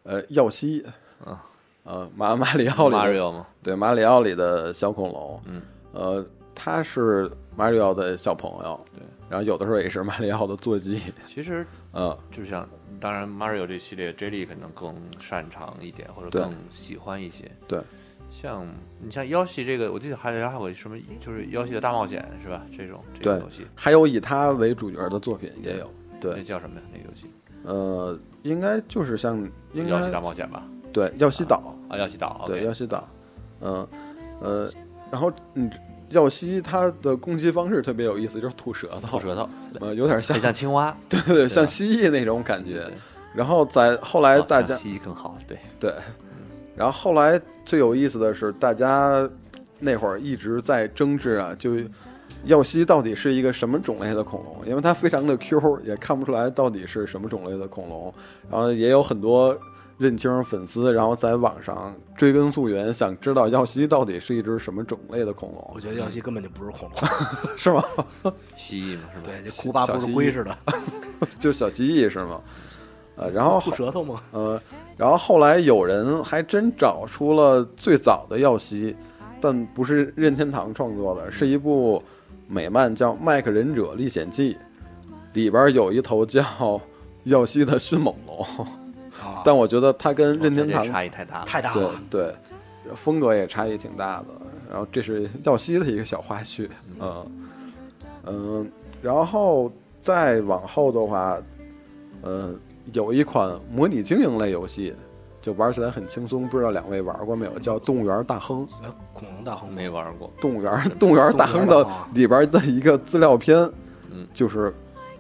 Speaker 2: 呃，耀西，
Speaker 3: 啊
Speaker 2: 呃，马马里奥里的
Speaker 3: Mario 嘛，
Speaker 2: 对马里奥里的小恐龙，
Speaker 3: 嗯，
Speaker 2: 呃，他是马里奥的小朋友，
Speaker 3: 对，
Speaker 2: 然后有的时候也是马里奥的坐骑，
Speaker 3: 其实
Speaker 2: 嗯，
Speaker 3: 就是像，当然 Mario 这系列 J D 可能更擅长一点，或者
Speaker 2: 对
Speaker 3: 更喜欢一些。
Speaker 2: 对，
Speaker 3: 像你像妖系这个，我记得还有还有什么，就是妖系的大冒险是吧？这种这
Speaker 2: 对
Speaker 3: 个游戏，
Speaker 2: 还有以他为主角的作品也有，
Speaker 3: 那
Speaker 2: 对，
Speaker 3: 叫什么呀？那个游戏
Speaker 2: 呃，应该就是像应
Speaker 3: 妖系大
Speaker 2: 该
Speaker 3: 冒险吧？
Speaker 2: 对耀西岛，
Speaker 3: 啊，妖系岛，
Speaker 2: 对
Speaker 3: OK
Speaker 2: 耀西岛，嗯呃，然后嗯，耀西他的攻击方式特别有意思，就是吐舌头
Speaker 3: 吐，舌头，
Speaker 2: 呃，有点像
Speaker 3: 很像青蛙，
Speaker 2: 对对对，
Speaker 3: 吧
Speaker 2: 像蜥蜴那种感觉
Speaker 3: 对。
Speaker 2: 然后在后来
Speaker 3: 哦
Speaker 2: 大
Speaker 3: 像
Speaker 2: 家
Speaker 3: 蜥蜴更好，对，
Speaker 2: 对，然后后来最有意思的是，大家那会儿一直在争执啊，就耀西到底是一个什么种类的恐龙，因为它非常的 Q，也看不出来到底是什么种类的恐龙。然后也有很多认清粉丝，然后在网上追根溯源，想知道耀西到底是一只什么种类的恐
Speaker 4: 我
Speaker 2: 龙，
Speaker 4: 觉得耀西根本就不是恐龙，
Speaker 2: 是吗？
Speaker 3: 蜥蜴嘛是吧？
Speaker 4: 对，这库巴不
Speaker 2: 小
Speaker 4: 是
Speaker 2: 蜥蜴
Speaker 4: 龟似的，
Speaker 2: 就小蜥蜴是吗？呃，然后
Speaker 4: 吐舌头吗？
Speaker 2: 呃，然后后来有人还真找出了最早的耀西，但不是任天堂创作的，是一部美漫叫《麦克忍者历险记》，里边有一头叫耀西的迅猛龙，
Speaker 4: 啊，
Speaker 2: 但我觉得它跟
Speaker 3: 我
Speaker 2: 任
Speaker 3: 觉
Speaker 2: 天
Speaker 3: 得
Speaker 2: 堂
Speaker 3: 哦这差异太大了。
Speaker 4: 太大
Speaker 2: 对
Speaker 4: 了。
Speaker 2: 对风格也差异挺大的。然后这是耀西的一个小花絮，嗯嗯，然后再往后的话，呃，有一款模拟经营类游戏，就玩起来很轻松，不知道两位玩过没有？叫《动物园大亨》。
Speaker 4: 呃，恐龙大亨
Speaker 3: 没玩过，
Speaker 2: 动物园 动物园大亨啊的里边的一个资料片，
Speaker 3: 嗯
Speaker 2: 就是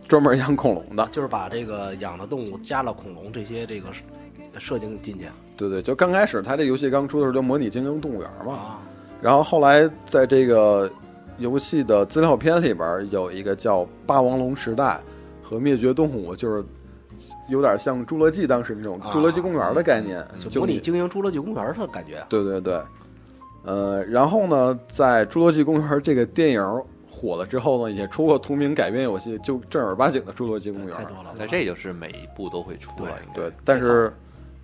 Speaker 2: 专门养恐龙的。
Speaker 4: 就是把这个养的动物加了恐龙这些这个设定进去
Speaker 2: 对对，就刚开始它这游戏刚出的时候就模拟经营动物园嘛。，然后后来在这个游戏的资料片里边儿有一个叫《霸王龙时代》和《灭绝动物》，就是有点像《侏罗纪》当时那种
Speaker 4: 啊
Speaker 2: 《侏罗纪公园》的概念，
Speaker 4: 就
Speaker 2: 就
Speaker 4: 模拟
Speaker 2: 你
Speaker 4: 经营侏罗纪公园的感觉。
Speaker 2: 对对对，呃，然后呢，在《侏罗纪公园》这个电影火了之后呢，也出过同名改编游戏，就正儿八经的《侏罗纪公
Speaker 4: 对
Speaker 2: 园
Speaker 4: 太》。多了，
Speaker 3: 那这就是每一部都会出了，应该
Speaker 2: 对，但是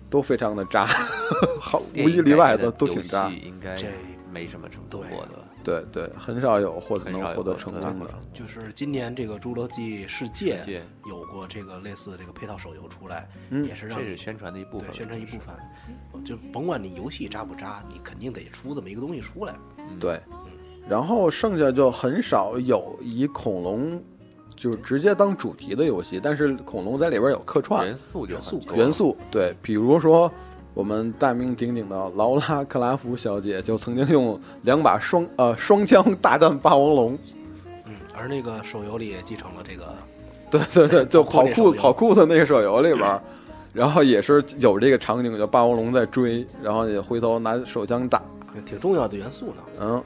Speaker 2: 都非常的渣， 好
Speaker 3: 电
Speaker 2: 无
Speaker 3: 影
Speaker 2: 一例外
Speaker 3: 改编的
Speaker 2: 的都挺
Speaker 3: 游
Speaker 2: 渣
Speaker 3: 戏。应该
Speaker 4: 这
Speaker 3: 没什么成功
Speaker 4: 对
Speaker 3: 过的，
Speaker 2: 对对，很少有获得
Speaker 3: 很
Speaker 2: 能
Speaker 3: 少有
Speaker 2: 获得
Speaker 3: 获
Speaker 2: 成
Speaker 3: 得
Speaker 2: 功
Speaker 3: 过
Speaker 2: 的。
Speaker 4: 就是今年这个侏罗纪世界
Speaker 3: 世界
Speaker 4: 有过这个类似的这个配套手游出来，
Speaker 2: 嗯
Speaker 4: 也是让
Speaker 3: 这是
Speaker 4: 你
Speaker 3: 宣传的一部
Speaker 4: 对
Speaker 3: 分，
Speaker 4: 宣传一部分，就甭管你游戏渣不渣，你肯定得出这么一个东西出来。
Speaker 2: 对，然后剩下就很少有以恐龙就直接当主题的游戏，但是恐龙在里边有客串
Speaker 3: 元素就
Speaker 4: 元素
Speaker 3: 很多
Speaker 2: 元素，对，比如说我们大名鼎鼎的劳拉·克拉夫小姐就曾经用两把双呃双枪大战霸王 龙，
Speaker 4: 嗯，而那个手游里也继承了这个，
Speaker 2: 对对对，就跑
Speaker 4: 跑
Speaker 2: 酷
Speaker 4: 酷
Speaker 2: 跑酷的那个手游里边儿，然后也是有这个场景，就霸王龙在追，然后也回头拿手枪打，
Speaker 4: 挺重要的元素呢。
Speaker 2: 嗯，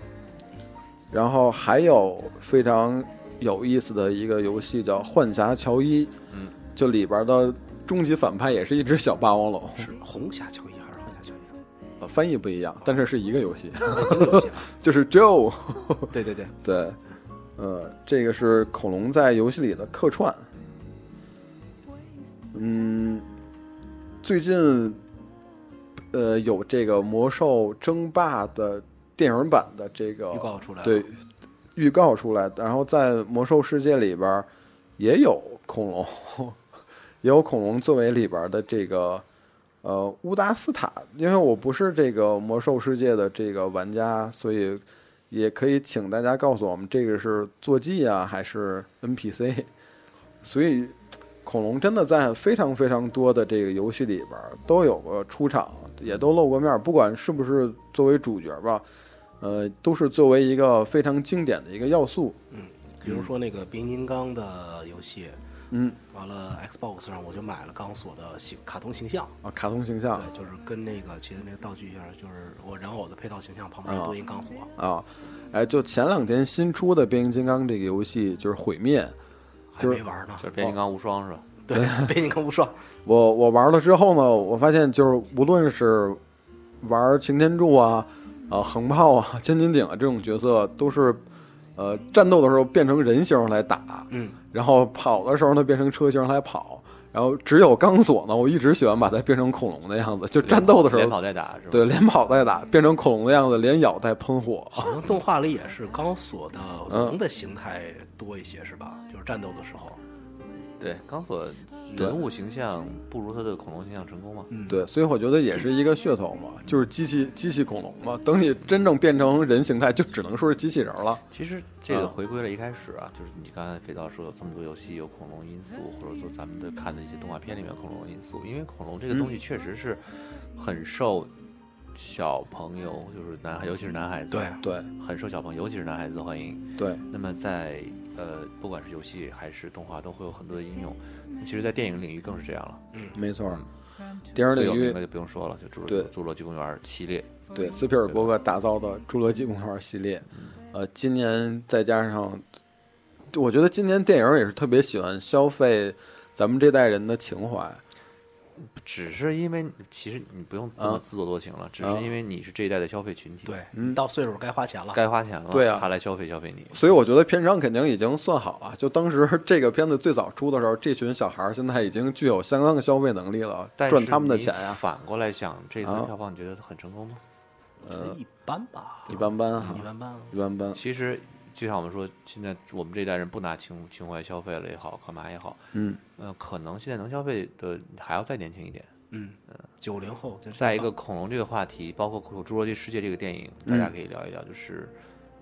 Speaker 2: 然后还有非常有意思的一个游戏叫《幻侠乔伊》，
Speaker 3: 嗯，
Speaker 2: 就里边的终极反派也是一只小霸王龙，
Speaker 4: 是红霞乔伊还是红霞乔伊？
Speaker 2: 呃翻译不一样，但是是一个游戏，
Speaker 4: 一个游戏吧啊
Speaker 2: 就是 Joe，
Speaker 4: 对对对，
Speaker 2: 对，呃，这个是恐龙在游戏里的客串，嗯，最近，呃，有这个《魔兽争霸》的电影版的这个
Speaker 4: 预告出来了
Speaker 2: 对，预告出来，然后在《魔兽世界》里边儿也有恐龙， 也有恐龙作为里边儿的这个呃乌达斯塔。因为我不是这个《魔兽世界》的这个玩家，所以也可以请大家告诉我们，这个是坐骑啊，还是 NPC？所以恐龙真的在非常非常多的这个游戏里边儿都有过出场，也都露过面儿，不管是不是作为主角吧，呃，都是作为一个非常经典的一个要素。
Speaker 4: 比如说那个变形金刚的游戏，
Speaker 2: 嗯，
Speaker 4: 完了 Xbox 上我就买了钢索的形卡通形象，
Speaker 2: 啊，卡通形象
Speaker 4: 对，就是跟那个其实那个道具一样，就是我人偶的配套形象旁边
Speaker 2: 啊
Speaker 4: 多一钢索，
Speaker 2: 啊，哎，就前两天新出的《变形金刚》这个游戏就是毁灭，
Speaker 4: 还
Speaker 2: 就是啊
Speaker 4: 没玩呢
Speaker 3: 就。是变形金刚无双是吧？
Speaker 4: 对，变形金刚无双，
Speaker 2: 我我玩了之后呢，我发现就是无论是玩擎天柱啊、啊横炮啊、千斤顶啊这种角色，都是呃战斗的时候变成人形来打，
Speaker 4: 嗯，
Speaker 2: 然后跑的时候呢变成车形来跑，然后只有钢索呢，我一直喜欢把它变成恐龙的样子，就战斗的时
Speaker 3: 连
Speaker 2: 候
Speaker 3: 跑带打是吧？
Speaker 2: 对连跑带打，变成恐龙的样子，连咬带喷火，
Speaker 4: 好像动画里也是钢索的
Speaker 2: 嗯
Speaker 4: 龙的形态多一些，是吧？就是战斗的时候，
Speaker 3: 对，钢索
Speaker 2: 对
Speaker 3: 人物形象不如他的恐龙形象成功嘛？
Speaker 4: 嗯，
Speaker 2: 对，所以我觉得也是一个噱头嘛，就是机器机器恐龙嘛，等你真正变成人形态，就只能说是机器人了。
Speaker 3: 其实这个
Speaker 2: 嗯
Speaker 3: 回归了一开始啊，就是你刚才肥皂说有这么多游戏有恐龙因素，或者说咱们的看的一些动画片里面有恐龙因素，因为恐龙这个东西确实是很受小朋友，就是男孩，尤其是男孩子，
Speaker 4: 对，
Speaker 2: 对
Speaker 3: 很受小朋友，尤其是男孩子的欢迎。
Speaker 2: 对，
Speaker 3: 那么在呃，不管是游戏还是动画，都会有很多的应用。其实，在电影领域更是这样了，
Speaker 2: 没错儿，电影
Speaker 3: 最有
Speaker 2: 领
Speaker 3: 名
Speaker 2: 域
Speaker 3: 的就不用说了，就侏
Speaker 2: 对
Speaker 3: 罗侏罗纪公园系列，
Speaker 2: 对斯皮尔伯格打造的《侏罗纪公园》系列，
Speaker 3: 嗯
Speaker 2: 呃，今年再加上，我觉得今年电影也是特别喜欢消费咱们这代人的情怀。
Speaker 3: 只是因为其实你不用这
Speaker 2: 啊
Speaker 3: 么自作多情了，只是因为你是这一代的消费群体，
Speaker 4: 对，
Speaker 2: 嗯
Speaker 4: 你到岁数该花钱了，
Speaker 3: 该花钱了，
Speaker 2: 对啊
Speaker 3: 他来消费消费你。
Speaker 2: 所以我觉得片商肯定已经算好了，就当时 这个片子最早出的时候，这群小孩儿现在已经具有相当的消费能力了，
Speaker 3: 但是
Speaker 2: 赚他们的钱
Speaker 3: 你
Speaker 2: 呀、
Speaker 3: 反过来想，这次
Speaker 2: 啊
Speaker 3: 票房你觉得很成功吗？
Speaker 4: 我觉得一般吧，
Speaker 2: 嗯一般般哈
Speaker 4: 一，般般。
Speaker 2: 一般般。
Speaker 3: 其实就像我们说，现在我们这一代人不拿情情怀消费了也好，干嘛也好，
Speaker 2: 嗯，
Speaker 3: 呃，可能现在能消费的还要再年轻一点。
Speaker 4: 嗯，九零后，这是
Speaker 3: 再一个，恐龙这个话题，包括《侏罗纪世界》这个电影，大家可以聊一聊，就是。
Speaker 2: 嗯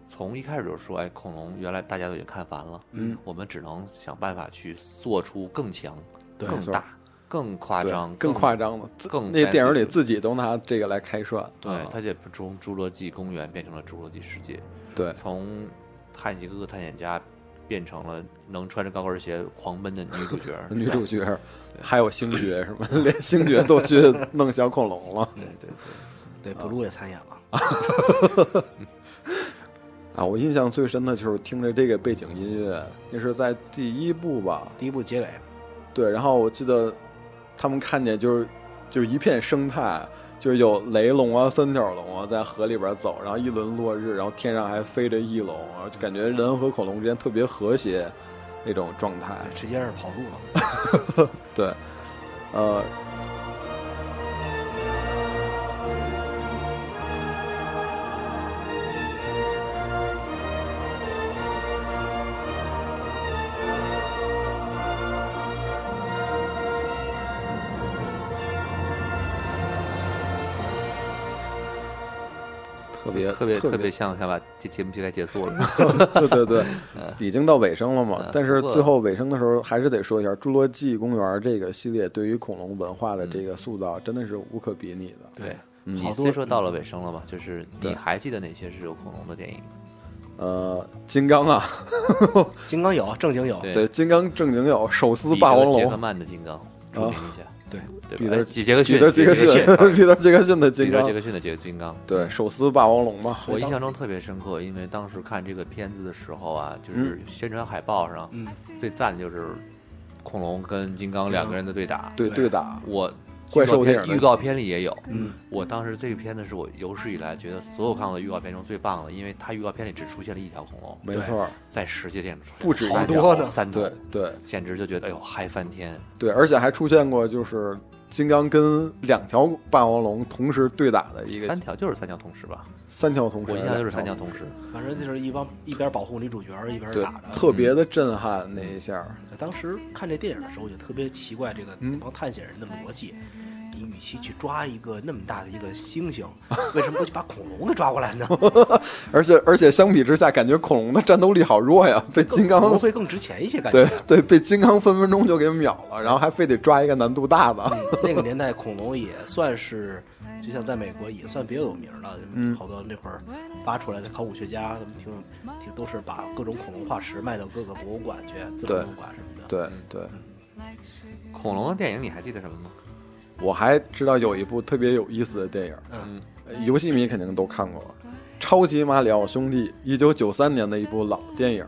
Speaker 3: 从一开始就说，哎，恐龙原来大家都已经看烦了，嗯，我们只能想办法去做出更强、
Speaker 4: 对
Speaker 3: 更
Speaker 2: 没错
Speaker 3: 大、更夸
Speaker 2: 对
Speaker 3: 张、
Speaker 2: 更夸张的，自
Speaker 3: 更
Speaker 2: 那电影里
Speaker 3: fancy
Speaker 2: 自己都拿这个来开涮。
Speaker 3: 对
Speaker 2: 啊，
Speaker 3: 它也不从《侏罗纪公园》变成了《侏罗纪世界》，
Speaker 2: 对，
Speaker 3: 从探险哥哥探险家变成了能穿着高跟鞋狂奔的女主角
Speaker 2: 女主角，还有星爵什么，连星爵都去 弄小恐龙了
Speaker 3: 对对对，
Speaker 4: 对 blue 也参演了，
Speaker 2: 啊！我印象最深的就是听着这个背景音乐，那是在第一部吧？
Speaker 4: 第一部结尾，
Speaker 2: 对，然后我记得他们看见就是就是一片生态，就是有雷龙啊、三角龙啊在河里边走，然后一轮落日，然后天上还飞着翼龙，然后就感觉人和恐龙之间特别和谐那种状态。
Speaker 4: 对，直接是跑路了。
Speaker 2: 对，呃，特别
Speaker 3: 特别特
Speaker 2: 特
Speaker 3: 别
Speaker 2: 别，
Speaker 3: 像想把这节目就该结 束了。
Speaker 2: 对对对，已经到尾声了嘛
Speaker 3: 嗯。
Speaker 2: 但是
Speaker 3: 不过
Speaker 2: 最后尾声的时候，还是得说一下，《侏罗纪公园》这个系列对于恐龙文化的这
Speaker 3: 嗯
Speaker 2: 个塑造，真的是无可比拟的。
Speaker 3: 对，
Speaker 2: 嗯
Speaker 3: 你虽说到了尾声了吧，就是
Speaker 2: 对
Speaker 3: 你还记得哪些是有恐龙的电影？
Speaker 2: 呃，金刚啊，
Speaker 4: 金刚有，正经有，
Speaker 3: 对
Speaker 2: 哦对，金刚正经有手撕
Speaker 3: 彼
Speaker 2: 霸王
Speaker 3: 得杰克
Speaker 2: 龙，哦
Speaker 3: 曼的金刚，注明一下，
Speaker 4: 对
Speaker 3: 对
Speaker 2: 彼
Speaker 3: 吧？
Speaker 2: 得
Speaker 3: 哎杰克逊，
Speaker 2: 彼得杰克逊， 彼得杰克逊的
Speaker 3: 彼
Speaker 2: 金
Speaker 3: 得
Speaker 2: 刚
Speaker 3: 杰，克逊的杰克金刚，
Speaker 2: 对，手撕霸王龙嘛，
Speaker 3: 我印象中特别深刻，因为当时看这个片子的时候啊，
Speaker 2: 嗯
Speaker 3: 就是宣传海报上，
Speaker 4: 嗯
Speaker 3: 最赞的就是恐龙跟金刚两个人的对打。
Speaker 2: 对
Speaker 4: 对
Speaker 2: 对打，
Speaker 3: 我
Speaker 2: 怪兽电影
Speaker 3: 预告
Speaker 2: 的
Speaker 3: 片预告片里也有。
Speaker 4: 嗯，
Speaker 3: 我当时这个片子是我有史以来觉得所有看过的预告片中最棒的，因为它预告片里只出现了一条恐龙，
Speaker 2: 没错，
Speaker 3: 在实际电影中
Speaker 2: 不止
Speaker 3: 好
Speaker 2: 一
Speaker 4: 条呢
Speaker 3: 三条
Speaker 2: 对，对
Speaker 3: 简直就觉得哎呦嗨翻天！
Speaker 2: 对，而且还出现过就是金刚跟两条霸王龙同时对打的一个
Speaker 3: 三条就是三条同时吧，
Speaker 2: 三条同时，
Speaker 3: 我印象就是三条
Speaker 2: 两
Speaker 3: 同时。
Speaker 4: 反正就是一帮一边保护女主角，一边
Speaker 2: 对
Speaker 4: 打，的。
Speaker 2: 特别的震撼那一下，
Speaker 4: 当时看这电影的时候，我就特别奇怪这个
Speaker 2: 嗯
Speaker 4: 那帮探险人的逻辑。你与其去抓一个那么大的一个猩猩， 为什么不去把恐龙给抓过来呢？
Speaker 2: 而且而且相比之下，感觉恐龙的战斗力好弱 呀，被 金
Speaker 4: 恐
Speaker 2: 刚
Speaker 4: 龙会更值钱一些，感觉
Speaker 2: 对。 对被金刚分分钟就给秒了，然后还非得抓一个难度大的，
Speaker 4: 那个年代，恐龙也算是就像在美国也算比较有名的，
Speaker 2: 嗯
Speaker 4: 好多那会儿挖出来的考古学家，他们挺挺都是把各种恐龙化石卖到各个博物馆去、自然博物馆什么的。，
Speaker 2: 对对，
Speaker 3: 恐龙的电影你还记得什么吗？
Speaker 2: 我还知道有一部特别有意思的电影，
Speaker 4: 嗯
Speaker 2: 呃，游戏迷肯定都看过了，《超级马里奥兄弟》，一九九三年的一部老电影，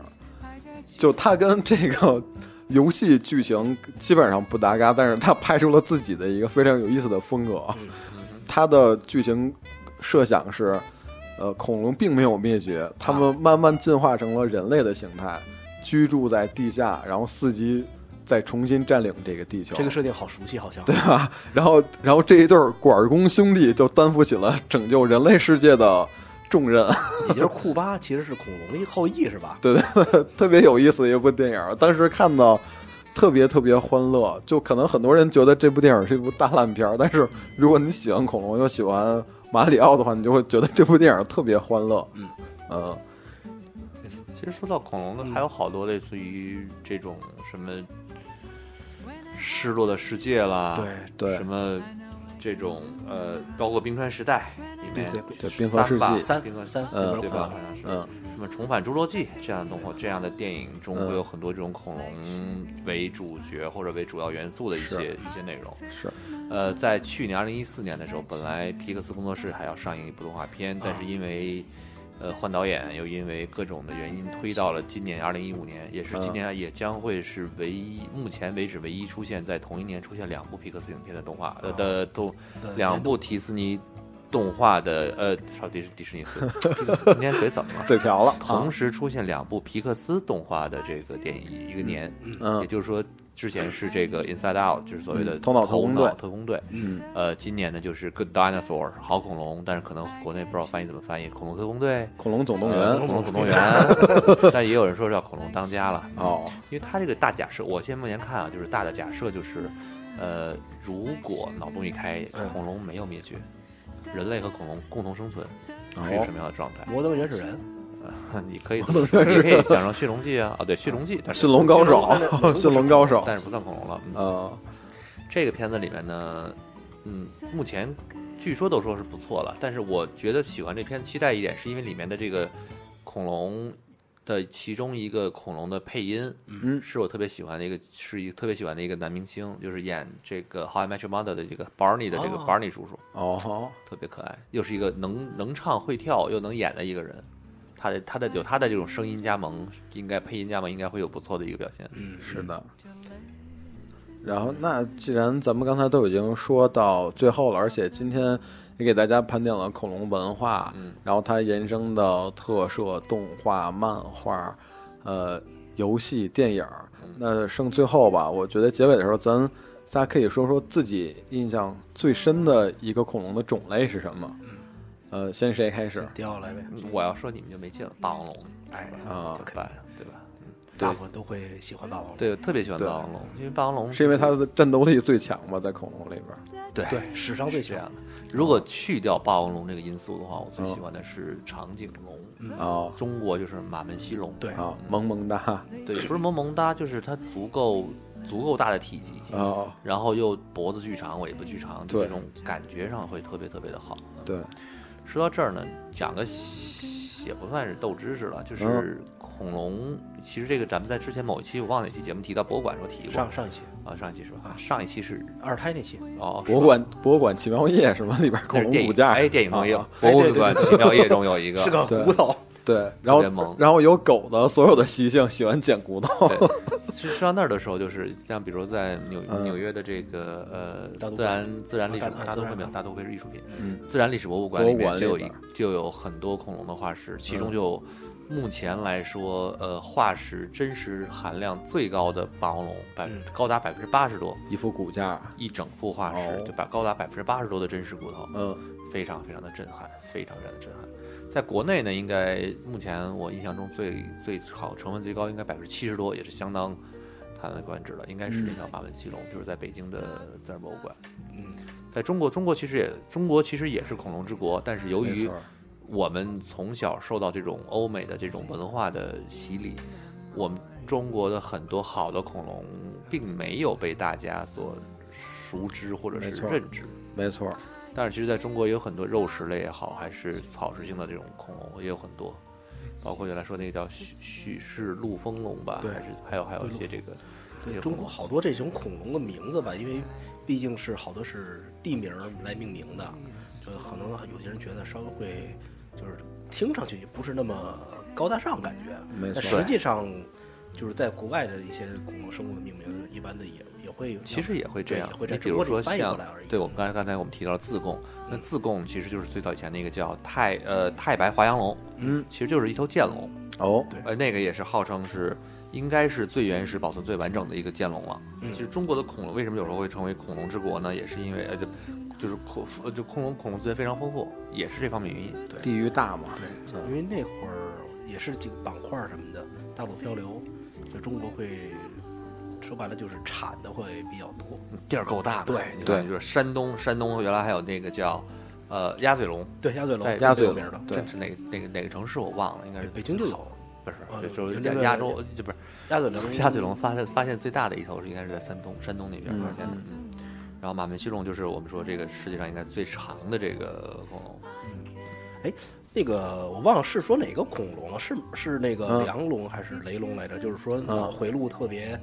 Speaker 2: 就它跟这个游戏剧情基本上不搭嘎，但是它拍出了自己的一个非常有意思的风格。它的剧情设想是，呃，恐龙并没有灭绝，它们慢慢进化成了人类的形态，居住在地下，然后伺机再重新占领这个地球。
Speaker 4: 这个设定好熟悉，好像。
Speaker 2: 对吧？然后，然后这一对儿管工兄弟就担负起了拯救人类世界的重任，
Speaker 4: 也就是库巴其实是恐龙的后裔是吧？
Speaker 2: 对对对，特别有意思的一部电影。当时看到特别特别欢乐，就可能很多人觉得这部电影是一部大烂片儿，但是如果你喜欢恐龙又喜欢马里奥的话，你就会觉得这部电影特别欢乐。
Speaker 3: 嗯
Speaker 2: 呃
Speaker 3: 其实说到恐龙的，还有好多类似于这种什么失落的世界啦，
Speaker 4: 对
Speaker 2: 对
Speaker 3: 什么这种呃，包括冰川时代里面，
Speaker 4: 对
Speaker 2: 对冰河世纪
Speaker 3: 三吧
Speaker 4: 三
Speaker 3: 冰河
Speaker 4: 三
Speaker 2: 嗯
Speaker 4: 有
Speaker 3: 对
Speaker 4: 点
Speaker 3: 吧？好
Speaker 4: 恐龙
Speaker 3: 像是。
Speaker 2: 嗯
Speaker 3: 什么重返侏罗纪这样的动画，这样的电影中会有很多这种恐龙为主角或者为主要元素的一些一些内容。
Speaker 2: 是，
Speaker 3: 呃，在去年二零一四年的时候，本来皮克斯工作室还要上映一部动画片，但是因为呃换导演，又因为各种的原因推到了今年二零一五年，也是
Speaker 2: 嗯
Speaker 3: 今年也将会是唯一目前为止唯一出现在同一年出现两部皮克斯影片的动画
Speaker 2: 嗯
Speaker 3: 呃的动
Speaker 4: 对
Speaker 3: 两部迪士尼动画的呃，少迪士迪士 尼是皮克斯今天嘴怎么了？
Speaker 2: 嘴瓢了啊
Speaker 3: 同，时出现两部皮克斯动画的这个电影一个年，
Speaker 2: 嗯
Speaker 3: 也就是说之前是这个 Inside Out，就是所谓的
Speaker 2: 嗯头脑特
Speaker 3: 头
Speaker 2: 工
Speaker 3: 脑
Speaker 2: 队
Speaker 3: 特工队，
Speaker 2: 嗯，
Speaker 3: 呃，今年呢就是 Good Dinosaur 好恐龙，但是可能国内不知道翻译怎么翻译，恐龙特工队。
Speaker 2: 恐龙总动
Speaker 3: 呃
Speaker 2: 员
Speaker 3: 恐龙 总动员，但也有人说叫恐龙当家了，
Speaker 2: 哦，
Speaker 3: 因为他这个大假设，我现在目前看啊，就是大的假设就是，呃，如果脑洞一开，
Speaker 4: 嗯
Speaker 3: 恐龙没有灭绝，人类和恐龙共同生存是一个
Speaker 2: 哦
Speaker 3: 什么样的状 态？
Speaker 4: 摩登原始人，
Speaker 3: 你可以这么说，你可以想成驯龙记啊，啊对，驯龙记，但是
Speaker 2: 驯哦龙高 手，驯龙高手，
Speaker 3: 但是不算恐龙了。嗯，
Speaker 2: 呃，
Speaker 3: 这个片子里面呢，嗯，目前据说都说是不错了，但是我觉得喜欢这片期待一点，是因为里面的这个恐龙的其中一个恐龙的配音，
Speaker 2: 嗯
Speaker 3: 是我特别喜欢的一个，是一个特别喜欢的一个男明星，就是演这个《How I Met Your Mother》的这个 Barney 的这个
Speaker 4: 哦
Speaker 3: Barney 叔叔，
Speaker 2: 哦，
Speaker 3: 特别可爱，又是一个能能唱会跳又能演的一个人。他的他的有他的这种声音加盟，应该配音加盟应该会有不错的一个表现。
Speaker 4: 嗯，
Speaker 2: 是的。然后，那既然咱们刚才都已经说到最后了，而且今天也给大家盘点了恐龙文化，
Speaker 3: 嗯
Speaker 2: 然后它延伸的特摄、动画、漫画，呃，游戏、电影儿。那剩最后吧，我觉得结尾的时候，咱仨可以说说自己印象最深的一个恐龙的种类是什么。呃，先谁开始？
Speaker 4: 掉下来呗，
Speaker 3: 我要说你们就没劲了，霸王龙，
Speaker 4: 哎
Speaker 2: 啊
Speaker 3: 怎么办？对吧？
Speaker 4: 大部分都会喜欢霸王龙。
Speaker 3: 对，我特别喜欢
Speaker 2: 对
Speaker 3: 霸王龙，因为霸王龙
Speaker 2: 是因为它的战斗力最强吧，在恐龙里边儿。
Speaker 3: 对
Speaker 4: 对，史上最
Speaker 3: 这
Speaker 4: 强
Speaker 3: 样。的。如果去掉霸王龙这个因素的话，我最
Speaker 2: 嗯
Speaker 3: 喜欢的是长颈龙，
Speaker 2: 哦
Speaker 3: 中国就是马门溪龙，
Speaker 4: 对
Speaker 2: 啊，萌萌哒，
Speaker 3: 对，不是萌萌哒，就是它足够足够大的体积，
Speaker 2: 哦，
Speaker 3: 然后又脖子巨长，尾巴巨长，就
Speaker 2: 对
Speaker 3: 这种感觉上会特别特别的好。
Speaker 2: 对，
Speaker 3: 说到这儿呢，讲个小也不算是斗知识了，
Speaker 2: 嗯
Speaker 3: 就是恐龙。其实这个咱们在之前某一期我忘了哪期节目提到博物馆时候提过
Speaker 4: 上上一期
Speaker 3: 啊，上一期是吧？上一期是
Speaker 4: 二胎那期，
Speaker 3: 哦，是吧
Speaker 2: 博物馆博物馆奇妙夜是吧？里边
Speaker 3: 那
Speaker 2: 恐
Speaker 3: 是
Speaker 2: 龙
Speaker 3: 电
Speaker 2: 骨
Speaker 3: 影
Speaker 2: 架，
Speaker 3: 哎，电影中也有
Speaker 2: 啊
Speaker 3: 博物馆奇妙夜中有一个，
Speaker 4: 是个
Speaker 2: 对
Speaker 4: 骨头，
Speaker 2: 对，然
Speaker 3: 特别萌
Speaker 2: 后然后有狗的所有的习性，喜欢捡骨头，
Speaker 3: 对，其实到那儿的时候，就是像比如在纽
Speaker 2: 嗯
Speaker 3: 纽约的这个
Speaker 4: 大
Speaker 3: 呃
Speaker 4: 都会
Speaker 3: 自然自然历史
Speaker 2: 哦
Speaker 4: 大
Speaker 3: 大都会没有
Speaker 4: 自然
Speaker 3: 大都会是艺术品，
Speaker 2: 啊嗯
Speaker 3: 自然历史博物馆里
Speaker 2: 博物
Speaker 3: 面
Speaker 2: 馆
Speaker 3: 就有
Speaker 2: 里
Speaker 3: 一
Speaker 2: 边嗯
Speaker 3: 就有很多恐龙的化石，其中就有目前来说，呃，化石真实含量最高的霸王龙，百
Speaker 2: 嗯
Speaker 3: 分高达百分之八十多，
Speaker 2: 一副骨架，
Speaker 3: 一整副化石
Speaker 2: 哦
Speaker 3: 就把高达百分之八十多的真实骨头，
Speaker 2: 嗯
Speaker 3: 非常非常的震撼，非常非常的震撼。在国内呢，应该目前我印象中最最好成分最高应该百分之七十多，也是相当叹为观止了。应该
Speaker 2: 嗯
Speaker 3: 是那条马文西龙，就是在北京的自然博物馆。
Speaker 4: 嗯，
Speaker 3: 在中国，中国其实也中国其实也是恐龙之国，但是由
Speaker 2: 没
Speaker 3: 于
Speaker 2: 错
Speaker 3: 我们从小受到这种欧美的这种文化的洗礼，我们中国的很多好的恐龙并没有被大家所熟知或者是
Speaker 2: 没错
Speaker 3: 认知。
Speaker 2: 没错，
Speaker 3: 但是其实在中国也有很多肉食类也好，还是草食性的这种恐龙也有很多，
Speaker 4: 嗯
Speaker 3: 包括原来说那个叫许许氏陆丰龙吧，
Speaker 4: 对
Speaker 3: 还是还有还有一些这个这
Speaker 4: 对
Speaker 3: 些
Speaker 4: 中
Speaker 3: 恐龙
Speaker 4: 国好多这种恐龙的名字吧，因为毕竟是好多是地名儿来命名的，就可能有些人觉得稍微会就是听上去不是那么高大上感觉，
Speaker 2: 没
Speaker 4: 但
Speaker 2: 错
Speaker 4: 实际上就是在国外的一些恐龙生物的命名，一般的也也会有
Speaker 3: 其实也会这样
Speaker 4: 对也会，这
Speaker 3: 你
Speaker 4: 样
Speaker 3: 比如说
Speaker 4: 只不过你翻译
Speaker 3: 像
Speaker 4: 过来而已嗯
Speaker 3: 对我们刚才刚才我们提到了自贡，那自贡其实就是最早以前那个叫太呃太白华阳龙，
Speaker 2: 嗯，
Speaker 3: 其实就是一头剑龙，
Speaker 4: 嗯
Speaker 2: 哦，
Speaker 4: 对
Speaker 3: 呃，那个也是号称是应该是最原始、保存最完整的一个剑龙了。
Speaker 4: 嗯
Speaker 3: 其实中国的恐龙为什么有时候会成为恐龙之国呢？也是因为呃，就就是恐呃就恐龙恐龙资源非常丰富，也是这方面原因。对
Speaker 2: 地域大嘛，
Speaker 4: 对，因为那会儿也是几个板块什么的，大陆漂流，就中国会说白了就是产的会比较多。
Speaker 3: 地儿够大嘛，
Speaker 4: 对
Speaker 3: 你
Speaker 4: 对
Speaker 3: 看就是山东，山东原来还有那个叫呃鸭嘴龙，
Speaker 4: 对，鸭嘴龙
Speaker 3: 在
Speaker 4: 特别有名的，
Speaker 3: 这是哪个哪个哪个城市我忘了，应该是
Speaker 4: 北京就有
Speaker 3: 不是
Speaker 4: 啊，
Speaker 3: 就是
Speaker 4: 人
Speaker 3: 亚
Speaker 4: 家
Speaker 3: 亚
Speaker 4: 在
Speaker 3: 洲就不是
Speaker 4: 鸭嘴龙，
Speaker 3: 鸭嘴龙发现发现最大的一头是应该是在山东山东那边
Speaker 2: 嗯
Speaker 3: 发现的，嗯。然后马面须龙就是我们说这个世界上应该最长的这个哦恐龙，
Speaker 4: 哎那个我忘了是说哪个恐龙了，是是那个
Speaker 2: 嗯
Speaker 4: 梁龙还是雷龙来着？就是说脑回路特别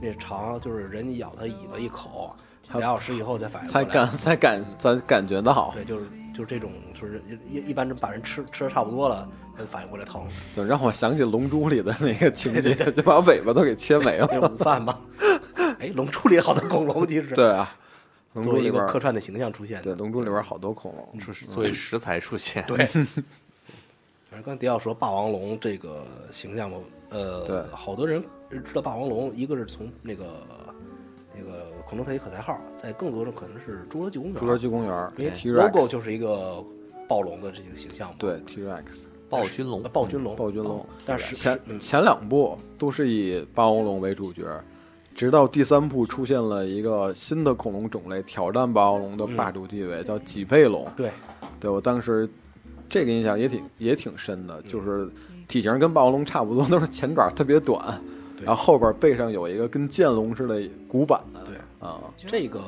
Speaker 4: 那长，就是人咬它尾巴一口，
Speaker 2: 它
Speaker 4: 俩小时以后再反应过
Speaker 2: 才
Speaker 4: 来。
Speaker 2: 感才感才感觉到，
Speaker 4: 对，就是就是这种，就是一一般人把人吃吃的差不多了，它就反应过来疼，
Speaker 2: 就让我想起《龙珠》里的那个情节，就把尾巴都给切没 了。
Speaker 4: 那午饭 吧。哎，龙珠里好多恐龙其实
Speaker 2: 对啊，《龙
Speaker 4: 作
Speaker 2: 珠》
Speaker 4: 为一
Speaker 2: 里边
Speaker 4: 个
Speaker 2: 儿
Speaker 4: 客串的形象出现
Speaker 2: 对，
Speaker 4: 的
Speaker 2: 《龙珠》里边儿好多恐龙，
Speaker 3: 出作为嗯食材出现。
Speaker 4: 对，反正刚才迪奥说霸王龙这个形象嘛，呃，
Speaker 2: 对
Speaker 4: 好多人知道霸王龙，一个是从那个那个恐龙特级可赛号，在更多的可能是侏罗纪公园，
Speaker 2: 《侏
Speaker 3: 啊
Speaker 2: 罗纪公园》
Speaker 4: 因为
Speaker 2: T
Speaker 4: logo
Speaker 2: Rex，
Speaker 4: 就是一个暴龙的这个形象嘛，
Speaker 2: 对 T Rex
Speaker 3: 暴君龙
Speaker 4: 呃，，暴君龙，
Speaker 2: 暴君龙，
Speaker 4: 但是
Speaker 2: 前
Speaker 4: 是嗯
Speaker 2: 前两部都是以霸王龙为主角，直到第三部出现了一个新的恐龙种类，挑战霸王龙的霸主地位，叫脊背龙。
Speaker 4: 对，
Speaker 2: 对我当时这个印象也挺也挺深的，就是体型跟霸王龙差不多，都是前爪特别短，
Speaker 4: 对
Speaker 2: 然后后边背上有一个跟剑龙似的骨板。
Speaker 4: 对
Speaker 2: 啊，
Speaker 4: 这个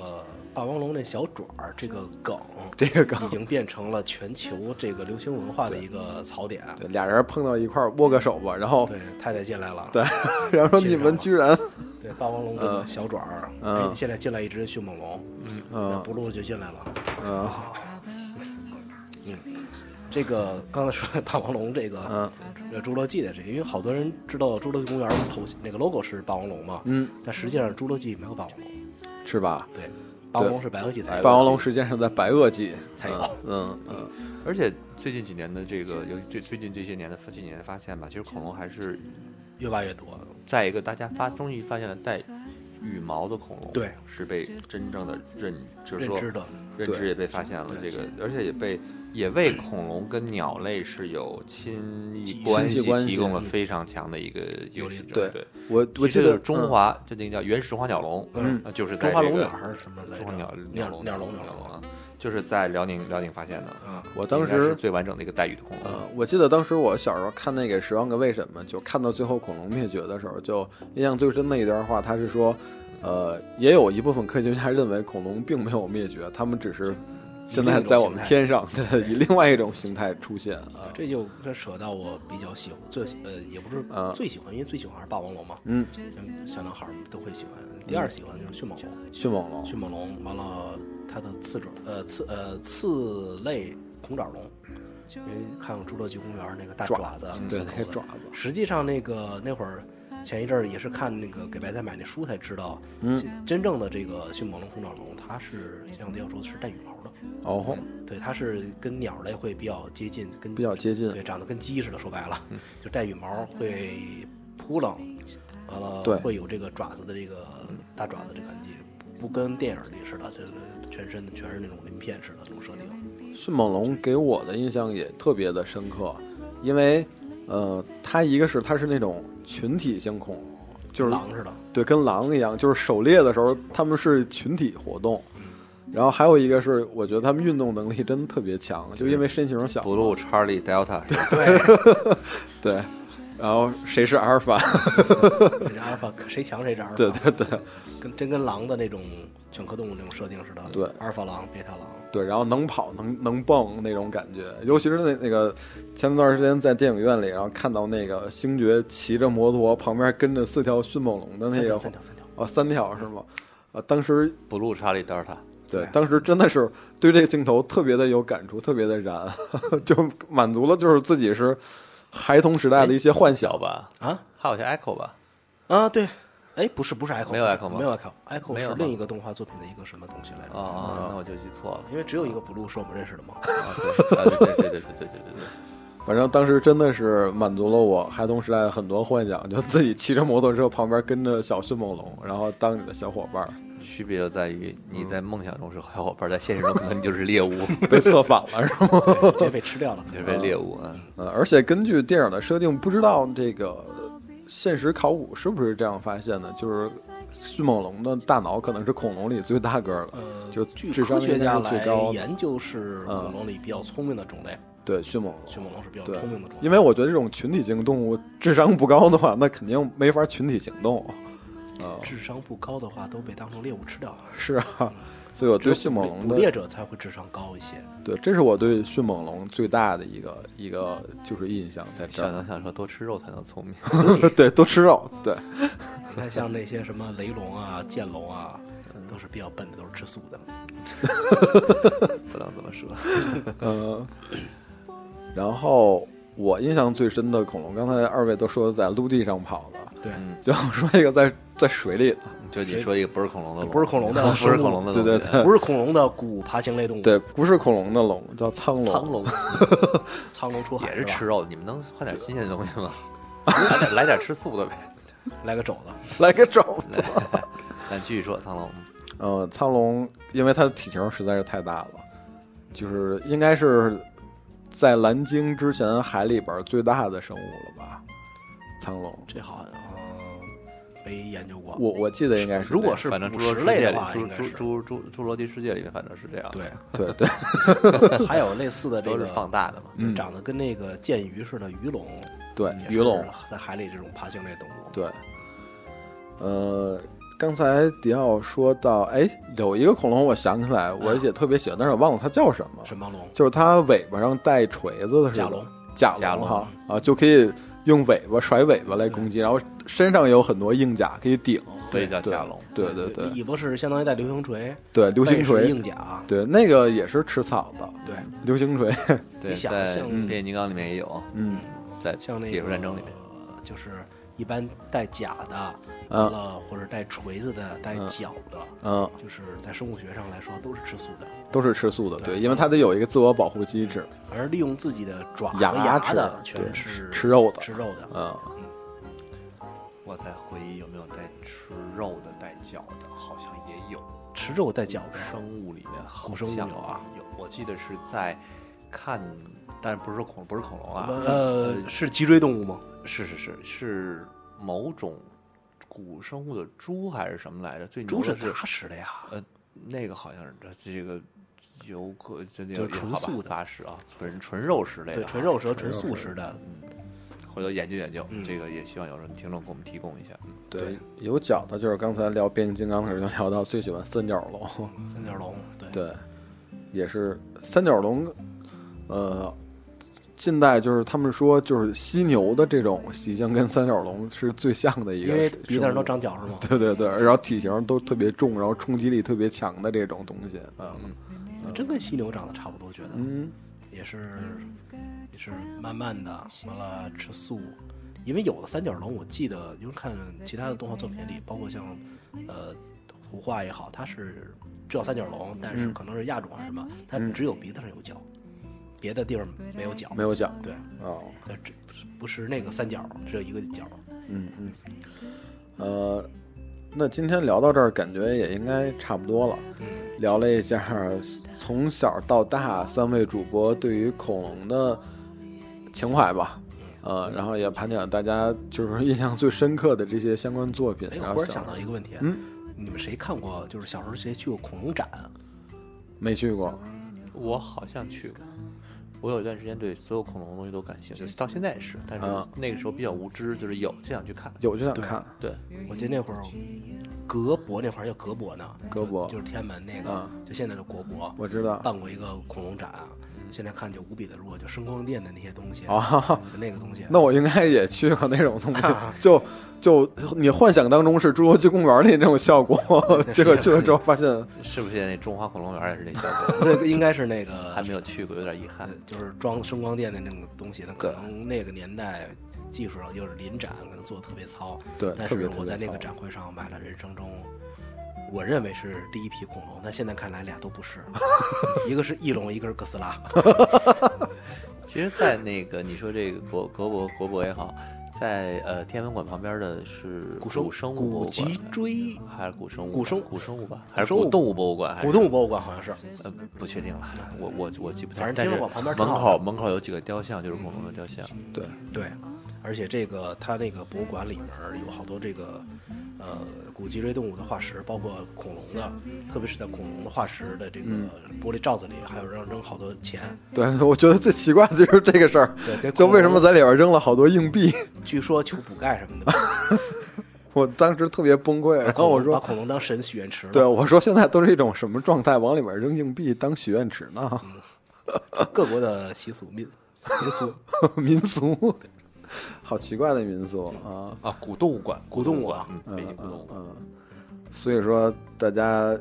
Speaker 4: 霸王龙那小爪儿这个梗，
Speaker 2: 这个刚
Speaker 4: 已经变成了全球这个流行文化的一个槽点。
Speaker 2: 对俩人碰到一块儿握个手吧，然后
Speaker 4: 对，太太进来了，
Speaker 2: 对，然后说
Speaker 4: 亲
Speaker 2: 你
Speaker 4: 上
Speaker 2: 们
Speaker 4: 了
Speaker 2: 居然
Speaker 4: 对，霸王龙跟小爪儿，
Speaker 2: 嗯
Speaker 4: 哎现在进来一只迅猛龙，嗯，不录就进来了，
Speaker 2: 嗯
Speaker 4: 嗯，这个刚才说的霸王龙这个，
Speaker 2: 嗯
Speaker 4: 呃，侏罗纪的这个，因为好多人知道侏罗纪公园头那个 logo 是霸王龙嘛，
Speaker 2: 嗯，
Speaker 4: 但实际上侏罗纪没有霸王龙，
Speaker 2: 是吧？
Speaker 4: 对，霸王龙是白垩纪才有，
Speaker 2: 霸王龙实际上在白垩纪
Speaker 4: 才有
Speaker 2: 嗯嗯
Speaker 3: 而且最近几年的这个，尤其最最近这些年的近几年的发现吧，其实恐龙还是
Speaker 4: 越挖越多，
Speaker 3: 再一个大家发终于发现了带羽毛的恐龙，
Speaker 4: 对，
Speaker 3: 是被真正的认，就是
Speaker 4: 认
Speaker 3: 说
Speaker 4: 知的，
Speaker 3: 认知也被发现了，这个而且也被也为恐龙跟鸟类是有亲
Speaker 4: 亲
Speaker 3: 密
Speaker 4: 戚
Speaker 3: 关系
Speaker 2: 关系
Speaker 3: 提供了非常强的一个一个性质。
Speaker 2: 对
Speaker 3: 对，
Speaker 2: 我我
Speaker 3: 其
Speaker 2: 记
Speaker 3: 实就
Speaker 2: 得嗯
Speaker 3: 是中华就那个叫原始花鸟龙，
Speaker 4: 嗯
Speaker 3: 呃，就是在
Speaker 4: 中华
Speaker 3: 这
Speaker 4: 龙
Speaker 3: 个
Speaker 4: 鸟还是什么来着？
Speaker 3: 中华鸟
Speaker 4: 鸟
Speaker 3: 龙
Speaker 4: 鸟
Speaker 3: 龙
Speaker 4: 鸟
Speaker 3: 鸟
Speaker 4: 龙
Speaker 3: 啊，就是在辽宁辽宁发现的。
Speaker 4: 啊，
Speaker 2: 嗯我当
Speaker 3: 应该是
Speaker 2: 时
Speaker 3: 最完整的一个带羽的恐
Speaker 4: 嗯
Speaker 3: 龙，
Speaker 2: 呃，我记得当时我小时候看那个《十万个为什么》，就看到最后恐龙灭绝的时候，就印象最深的一段话，他是说，呃，也有一部分科学家认为恐龙并没有灭绝，他们只是现在在我们天上， 对，以另外一种形态出现啊。
Speaker 4: 这就这扯到我比较喜欢最喜呃也不是
Speaker 2: 啊
Speaker 4: 最喜欢，因为最喜欢还是霸王龙嘛，
Speaker 2: 嗯，
Speaker 4: 嗯，小男孩儿都会喜欢。第二喜欢就是迅猛龙，
Speaker 2: 迅猛龙，
Speaker 4: 迅猛龙完了它的次种呃次呃次类红爪龙，因为看过《侏罗纪公园》那个大爪子，
Speaker 2: 对，
Speaker 4: 那
Speaker 2: 那爪子，
Speaker 4: 实际上那个那会儿。前一阵儿也是看那个给白菜买那书才知道，
Speaker 2: 嗯，
Speaker 4: 真正的这个迅猛龙、红爪龙，它是像迪奥说的是带羽毛的，
Speaker 2: 哦，
Speaker 4: 对，它是跟鸟类会比较接近，跟
Speaker 2: 比较接近嗯
Speaker 4: 对，长得跟鸡似的。说白了，就带羽毛，会扑棱，完了
Speaker 2: 对嗯
Speaker 4: 会有这个爪子的这个大爪子这个痕迹，不跟电影里似的，这个全身全是那种鳞片似的这种设定。
Speaker 2: 迅猛龙给我的印象也特别的深刻，因为，呃，它一个是它是那种群体性恐龙，就是
Speaker 4: 狼似的，
Speaker 2: 对，跟狼一样，就是狩猎的时候他们是群体活动。
Speaker 4: 嗯
Speaker 2: 然后还有一个是，我觉得他们运动能力真的特别强，就因为身形小。
Speaker 3: Blue Charlie Delta 是吧
Speaker 2: 对，然后谁是阿尔法？
Speaker 4: 谁是阿尔法，谁强谁是阿尔法。
Speaker 2: 对对对
Speaker 4: 跟真跟狼的那种犬科动物那种设定似的，
Speaker 2: 对
Speaker 4: 阿尔法狼、贝塔狼，
Speaker 2: 对，然后能跑能能蹦那种感觉，尤其是那那个前段时间在电影院里，然后看到那个星爵骑着摩托，旁边跟着四条迅猛龙的那
Speaker 4: 三
Speaker 2: 个
Speaker 4: 条三条三条，
Speaker 2: 啊，三条是吗？啊，当时
Speaker 3: 不录查理德尔塔，
Speaker 2: 对
Speaker 4: 对，
Speaker 2: 当时真的是对这个镜头特别的有感触，特别的燃， 就满足了就是自己是孩童时代的一些幻想
Speaker 3: 小。吧？
Speaker 4: 啊
Speaker 3: 还有些 Echo 吧？
Speaker 4: 啊对，哎不是不是 echo，
Speaker 3: 没有
Speaker 4: 不是
Speaker 3: echo 吗
Speaker 4: 没有 echo，echo
Speaker 3: 没有吗
Speaker 4: 是另一个动画作品的一个什么东西
Speaker 3: 啊、
Speaker 4: 来着？
Speaker 3: 哦，那我就记错了。
Speaker 4: 因为只有一个 blue 是我们认识的 嘛。
Speaker 3: 啊，对，啊对对对对对对对对对。
Speaker 2: 反正当时真的是满足了我孩童时代的很多幻想，就自己骑着摩托车旁边跟着小迅猛龙，然后当你的小伙伴儿，
Speaker 3: 区别就在于你
Speaker 4: 嗯
Speaker 3: 在梦想中是小伙伴，在现实中可能你就是猎物，
Speaker 2: 被策反了是吗？
Speaker 4: 对直接被吃掉了。
Speaker 3: 就是被猎物啊。
Speaker 2: 嗯，而且根据电影的设定，不知道这个现实考古是不是这样发现的，就是迅猛龙的大脑可能是恐龙里最大个儿的，
Speaker 4: 呃，
Speaker 2: 就
Speaker 4: 据
Speaker 2: 智
Speaker 4: 科
Speaker 2: 商
Speaker 4: 学
Speaker 2: 应该
Speaker 4: 家
Speaker 2: 是
Speaker 4: 来
Speaker 2: 最高的。
Speaker 4: 研究是
Speaker 3: 嗯
Speaker 4: 恐龙里比较聪明的种类，
Speaker 2: 对，迅猛龙。
Speaker 4: 迅猛龙是比较
Speaker 2: 对
Speaker 4: 聪明的种类
Speaker 2: 因。为我觉得这种群体性动物智商不高的话，那肯定没法群体行动。啊、
Speaker 4: 智商不高的话，都被当成猎物吃掉了。
Speaker 2: 是啊，所以我
Speaker 4: 只
Speaker 2: 对
Speaker 4: 有
Speaker 2: 迅猛龙
Speaker 4: 嗯捕猎
Speaker 2: 的
Speaker 4: 者才会智商高一些。
Speaker 2: 对，这是我对迅猛龙最大的一个一个就是印象在这
Speaker 3: 小
Speaker 2: 儿。
Speaker 3: 能想说多吃肉才能 聪明，
Speaker 2: 对，多吃肉，对
Speaker 4: 你看，像那些什么雷龙啊、剑龙啊，
Speaker 3: 嗯
Speaker 4: 都是比较笨的，都是吃素的。
Speaker 3: 不能这么说。
Speaker 2: 然后我印象最深的恐龙，刚才二位都说在陆地上跑的，
Speaker 4: 对，
Speaker 3: 嗯，
Speaker 2: 就 我说一个在在水里的，
Speaker 4: 嗯
Speaker 3: 就你说一个不是恐龙的龙，
Speaker 4: 不是恐龙的
Speaker 3: 不是恐龙的龙，
Speaker 2: 对对对
Speaker 4: 不是恐龙的骨爬行类动物，
Speaker 2: 嗯对，不是恐龙的龙，叫苍龙。
Speaker 3: 苍龙
Speaker 4: 苍龙出海
Speaker 3: 也是吃
Speaker 4: 吧
Speaker 3: 肉，你们能换点新鲜的东 西吗？来点来点吃素的呗。
Speaker 4: 来个肘子，
Speaker 2: 来个肘子。
Speaker 3: 咱继续说苍龙，
Speaker 2: 呃，苍龙因为它的体型实在是太大了，就是应该是在蓝鲸之前海里边最大的生物了吧？苍龙，
Speaker 4: 这好像呃没研究过。
Speaker 2: 我我记得应该是这样，
Speaker 4: 如果是
Speaker 3: 反正
Speaker 4: 捕
Speaker 3: 侏罗
Speaker 4: 食
Speaker 3: 纪
Speaker 4: 类
Speaker 3: 世界
Speaker 4: 的
Speaker 3: 里，
Speaker 4: 话，应
Speaker 3: 侏
Speaker 4: 该
Speaker 3: 侏
Speaker 4: 是
Speaker 3: 侏侏侏罗纪世界里面反正是这样，，
Speaker 4: 对，
Speaker 2: 对 对，
Speaker 4: 还有类似的这
Speaker 3: 都是
Speaker 4: 个
Speaker 3: 放大的嘛。
Speaker 4: 就长得跟那个剑鱼似的鱼龙，
Speaker 2: 对
Speaker 4: 也是
Speaker 2: 嗯鱼龙，
Speaker 4: 在海里这种爬行类动物，
Speaker 2: 对，呃。刚才迪奥说到，哎，有一个恐龙，我想起来，
Speaker 4: 嗯
Speaker 2: 我也特别喜欢，但是我忘了它叫什么，
Speaker 4: 神马龙、
Speaker 2: 就是它尾巴上带锤子的是
Speaker 4: 甲
Speaker 2: 吧
Speaker 4: 龙，
Speaker 2: 甲
Speaker 3: 甲
Speaker 2: 龙
Speaker 3: 龙
Speaker 2: 哈啊，就可以用尾巴甩尾巴来攻击，然后身上有很多硬甲可以顶，
Speaker 3: 所以叫
Speaker 2: 对
Speaker 3: 甲龙
Speaker 2: 对对对
Speaker 4: 尾巴是相当于带流星锤，
Speaker 2: 对，流星
Speaker 4: 背是
Speaker 2: 锤，
Speaker 4: 硬甲，啊
Speaker 2: 对，那个也是吃草的，
Speaker 4: 对，
Speaker 2: 流星锤，
Speaker 3: 对，
Speaker 4: 你想
Speaker 3: 在
Speaker 4: 像
Speaker 3: 《变形金刚》里面也有，
Speaker 2: 嗯，
Speaker 3: 在《
Speaker 4: 像那个
Speaker 3: 铁树战争》里面，
Speaker 4: 就是一般带甲的，
Speaker 2: 嗯
Speaker 4: 完了或者带锤子的、带脚的，
Speaker 2: 嗯，
Speaker 4: 就是在生物学上来说都是吃素的。
Speaker 2: 都是吃素的，对，
Speaker 4: 对
Speaker 2: 因为它得有一个自我保护机制，
Speaker 4: 而利用自己的爪和
Speaker 2: 牙
Speaker 4: 啊牙
Speaker 2: 齿
Speaker 4: 的全
Speaker 2: 对
Speaker 4: 是
Speaker 2: 吃肉的
Speaker 4: 吃肉的。
Speaker 2: 嗯，
Speaker 3: 我在回忆有没有带吃肉的、带脚的，好像也有。
Speaker 4: 吃肉带脚的，
Speaker 3: 生物里面好
Speaker 4: 古生物
Speaker 3: 像
Speaker 4: 有啊
Speaker 3: 有，我记得是在看，但是不是恐不是恐龙啊，嗯
Speaker 4: 呃，是脊椎动物吗？
Speaker 3: 是是是是某种古生物的猪还是什么来着？最牛
Speaker 4: 猪
Speaker 3: 的
Speaker 4: 是
Speaker 3: 是
Speaker 4: 杂食的呀，
Speaker 3: 呃那个好像是这这个有可就那
Speaker 4: 就
Speaker 3: 个
Speaker 4: 是纯
Speaker 3: 好吧
Speaker 4: 素的
Speaker 3: 杂食啊，纯纯肉食类的
Speaker 4: 对，
Speaker 3: 啊，嗯
Speaker 4: 纯肉食和纯素食的，
Speaker 3: 回头研究研究
Speaker 4: 嗯，
Speaker 3: 这个也希望有人听众给我们提供一下。
Speaker 2: 对，有脚的，就是刚才聊变形金刚的时候就聊到最喜欢三角龙，
Speaker 4: 三角龙，对，
Speaker 2: 对，也是三角龙，呃。近代就是他们说，就是犀牛的这种习性跟三角龙是最像的一个
Speaker 4: 因
Speaker 2: 生物，
Speaker 4: 为鼻子上都长角是吗？
Speaker 2: 对对对，然后体型都特别重，然后冲击力特别强的这种东西，嗯
Speaker 4: 真跟犀牛长得差不多，觉得
Speaker 2: 嗯，
Speaker 4: 也是也是慢慢的，完了吃素，因为有的三角龙，我记得因为看其他的动画作品里，包括像呃图画也好，它是就叫三角龙，但是可能是亚种还是什么，它只有鼻子上有角，别的地方没有角，
Speaker 2: 没有讲
Speaker 4: 对，
Speaker 2: 哦，
Speaker 4: 它只不是不是那个三角，只有一个角，
Speaker 2: 嗯嗯，呃，那今天聊到这儿，感觉也应该差不多了。
Speaker 4: 嗯
Speaker 2: 聊了一下 从小到大三位主播对于恐龙的情怀吧，呃，然后也盘点了大家就是印象最深刻的这些相关作品。
Speaker 4: 哎，
Speaker 2: 然
Speaker 4: 我忽
Speaker 2: 后嗯
Speaker 4: 然想到一个问题，你们谁看过？就是小时候谁去过恐龙展？
Speaker 2: 没去过，
Speaker 3: 我好像去过，我有一段时间对所有恐龙的东西都感兴趣，到现在也是，但是
Speaker 4: 嗯
Speaker 2: 啊
Speaker 3: 那个时候比较无知，就是有就想去看。
Speaker 2: 有就想看，
Speaker 3: 对，
Speaker 2: 嗯
Speaker 4: 我记得那会儿革博那会儿叫革博呢，
Speaker 2: 革博
Speaker 4: 就就是天安门那个
Speaker 2: 啊，
Speaker 4: 就现在的国博，
Speaker 2: 我知道
Speaker 4: 办过一个恐龙展，啊现在看就无比的弱，就声光电的那些东西
Speaker 2: 啊，
Speaker 4: 就那个东 西。
Speaker 2: 那我应该也去过那种东西，就就你幻想当中是侏罗纪公园里那种效 果，结果去了之后发现
Speaker 3: 是不是现在那中华恐龙园也是这效 果？
Speaker 4: 那个应该是那
Speaker 3: 还
Speaker 4: 个，
Speaker 3: 没有去过，有点遗憾。
Speaker 4: 就是装声光电的那种东西，那可能那个年代技术上就是临展，可能做的特别糙。
Speaker 2: 对
Speaker 4: 但
Speaker 2: 特别
Speaker 4: 是
Speaker 2: 特
Speaker 4: 我
Speaker 2: 别
Speaker 4: 在那个
Speaker 2: 糙
Speaker 4: 展会上买了人生中我认为是第一批恐龙，但现在看来俩都不是，一个是翼龙，一个是哥斯拉。
Speaker 3: 其实，在那个你说这个国国博国博也好，在呃天文馆旁边的是
Speaker 4: 古生
Speaker 3: 古生物博
Speaker 4: 古
Speaker 3: 物馆哎
Speaker 4: 脊，椎
Speaker 3: 还是古生物
Speaker 4: 古生
Speaker 3: 古生物吧，还是
Speaker 4: 生物
Speaker 3: 古动物博物馆？还是
Speaker 4: 古动物博物馆好像是，
Speaker 3: 呃不确定了，我我我记不太。
Speaker 4: 反正
Speaker 3: 但
Speaker 4: 天
Speaker 3: 是
Speaker 4: 文馆旁边
Speaker 3: 门
Speaker 4: 正好嗯
Speaker 3: 口门口有几个雕像，就是恐龙的雕像。
Speaker 2: 对
Speaker 4: 对，而且这个它那个博物馆里面儿有好多这个呃古脊椎动物的化石，包括恐龙的，特别是在恐龙的化石的这个
Speaker 2: 嗯
Speaker 4: 玻璃罩子里，还有扔扔好多钱。
Speaker 2: 对，我觉得最奇怪的就是这个事儿
Speaker 4: 对给，
Speaker 2: 就
Speaker 4: 恐龙
Speaker 2: 为什么在里边扔了好多硬币，
Speaker 4: 据说求补钙什么的，
Speaker 2: 我当时特别崩溃， 然后我
Speaker 4: 把
Speaker 2: 说。
Speaker 4: 恐龙当神许愿池了，
Speaker 2: 对，我说现在都是一种什么状态？往里面扔硬币当许愿池呢？
Speaker 4: 各国的习俗民民俗，
Speaker 2: 民俗，好奇怪的民俗啊！
Speaker 3: 啊，古动物馆，古
Speaker 4: 动物
Speaker 3: 物馆
Speaker 4: 啊，
Speaker 3: 嗯，北京古动物馆。
Speaker 2: 所以说，大家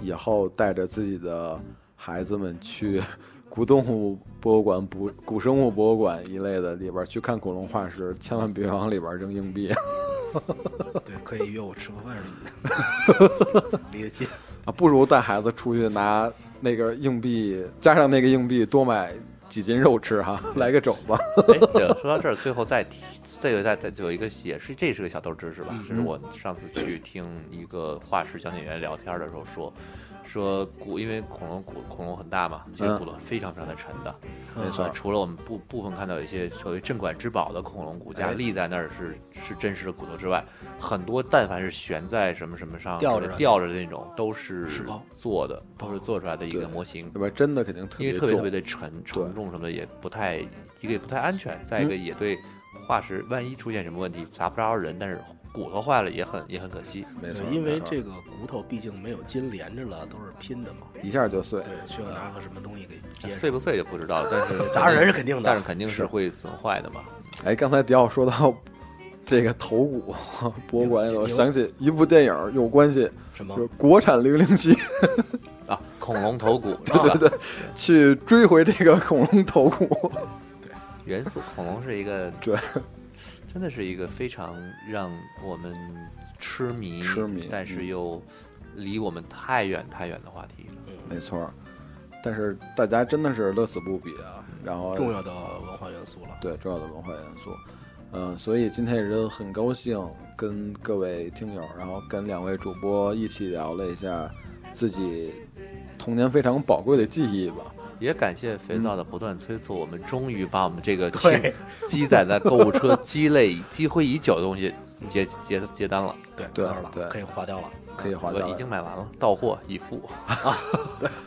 Speaker 2: 以后带着自己的孩子们去古动物博物馆、古古生物博物馆一类的里边去看恐龙化石，千万别往里边扔硬币
Speaker 4: 对，可以约我吃个饭什么的， 离得近。
Speaker 2: 啊！不如带孩子出去拿那个硬币，加上那个硬币多买几斤肉吃哈、来个肘子。
Speaker 3: 哎，对，说到这儿，最后再提，这个再再有一个也是，这是个小豆知
Speaker 4: 嗯
Speaker 3: 识吧？这是我上次去听一个化石讲解员聊天的时候说，说古因为恐龙骨恐龙很大嘛，
Speaker 4: 嗯
Speaker 3: 这个骨头非常非常的沉的，没错。除了我们部部分看到有一些所谓镇馆之宝的恐龙骨架
Speaker 2: 哎
Speaker 3: 立在那儿是是真实的骨头之外，很多但凡是悬在什么什么上
Speaker 4: 吊
Speaker 3: 或者
Speaker 4: 着的
Speaker 3: 吊着的那种都是
Speaker 4: 石膏
Speaker 3: 做的，都是做出来的一个模型
Speaker 2: 里。边真的肯定特
Speaker 3: 因
Speaker 2: 别
Speaker 3: 为特别特别
Speaker 2: 重，
Speaker 3: 的沉沉重什么的，也不太一个也不太安全，再一
Speaker 2: 嗯
Speaker 3: 个也对化石，万一出现什么问题砸不着人，但是骨头坏了也很也很可惜。
Speaker 2: 没错
Speaker 4: 对，，因为
Speaker 2: 没错
Speaker 4: 这个骨头毕竟没有筋连着了，都是拼的嘛。
Speaker 2: 一下就碎。
Speaker 4: 对，需要拿个什么东西给
Speaker 2: 啊
Speaker 4: 接上。
Speaker 3: 碎不碎就不知道，但 是
Speaker 4: 砸着人是肯定的
Speaker 3: 但是肯定是会损坏的嘛。
Speaker 2: 哎，刚才迪奥说到这个头骨博物馆里头，
Speaker 4: 有
Speaker 2: 我
Speaker 4: 有
Speaker 2: 想起一部电影有关系，
Speaker 4: 什么
Speaker 2: 就是国产零零七。
Speaker 3: 啊，恐龙头骨，
Speaker 2: 对对对，去追回这个恐龙头 骨。
Speaker 3: 元素恐龙是一个，
Speaker 2: 对，
Speaker 3: 真的是一个非常让我们痴迷，
Speaker 2: 痴迷嗯
Speaker 3: 但是又离我们太远太远的话题了。
Speaker 2: 没错儿，但是大家真的是乐此不彼啊。然后
Speaker 4: 重要的文化元素了？
Speaker 2: 对重要的文化元素，嗯，所以今天也是很高兴跟各位听友，然后跟两位主播一起聊了一下自己童年非常宝贵的记忆吧。
Speaker 3: 也感谢肥皂的
Speaker 2: 嗯
Speaker 3: 不断催促，我们终于把我们这个积积攒在购物车 积累积灰已久的东西结结结单了，
Speaker 4: 对，
Speaker 2: 对
Speaker 4: 字儿了
Speaker 2: 对
Speaker 4: 可以划掉了。
Speaker 2: 可以划
Speaker 3: 我
Speaker 2: 掉
Speaker 3: 已经
Speaker 2: 了，
Speaker 3: 买完了，到货 已付，啊，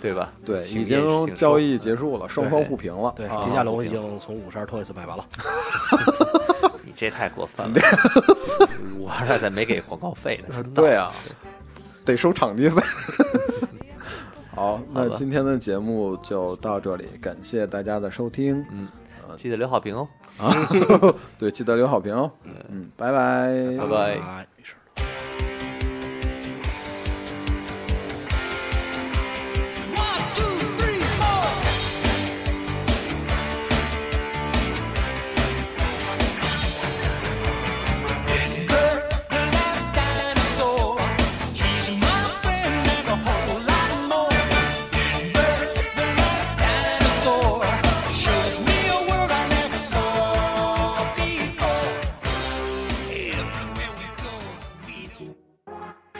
Speaker 3: 对吧？
Speaker 2: 对，
Speaker 3: 请
Speaker 2: 已
Speaker 3: 也
Speaker 2: 经
Speaker 3: 请
Speaker 2: 交
Speaker 3: 收
Speaker 2: 易结束了，双方
Speaker 3: 对
Speaker 2: 互评了。
Speaker 4: 对，
Speaker 2: 啊
Speaker 4: 皮下龙已经从五十二 Toys 买完了。
Speaker 3: 你这太过分 了，我这才没给广告费呢，真的
Speaker 2: 对啊，得收场 地费。好，那
Speaker 3: 好吧
Speaker 2: 今天的节目就到这里，感谢大家的收听。嗯，
Speaker 3: 记得留好评哦，
Speaker 2: 对，记得留好评哦。嗯，拜拜
Speaker 3: 拜拜。
Speaker 4: 啊，没事儿。
Speaker 6: Shows me a world I never saw before. Everywhere we go, we don't.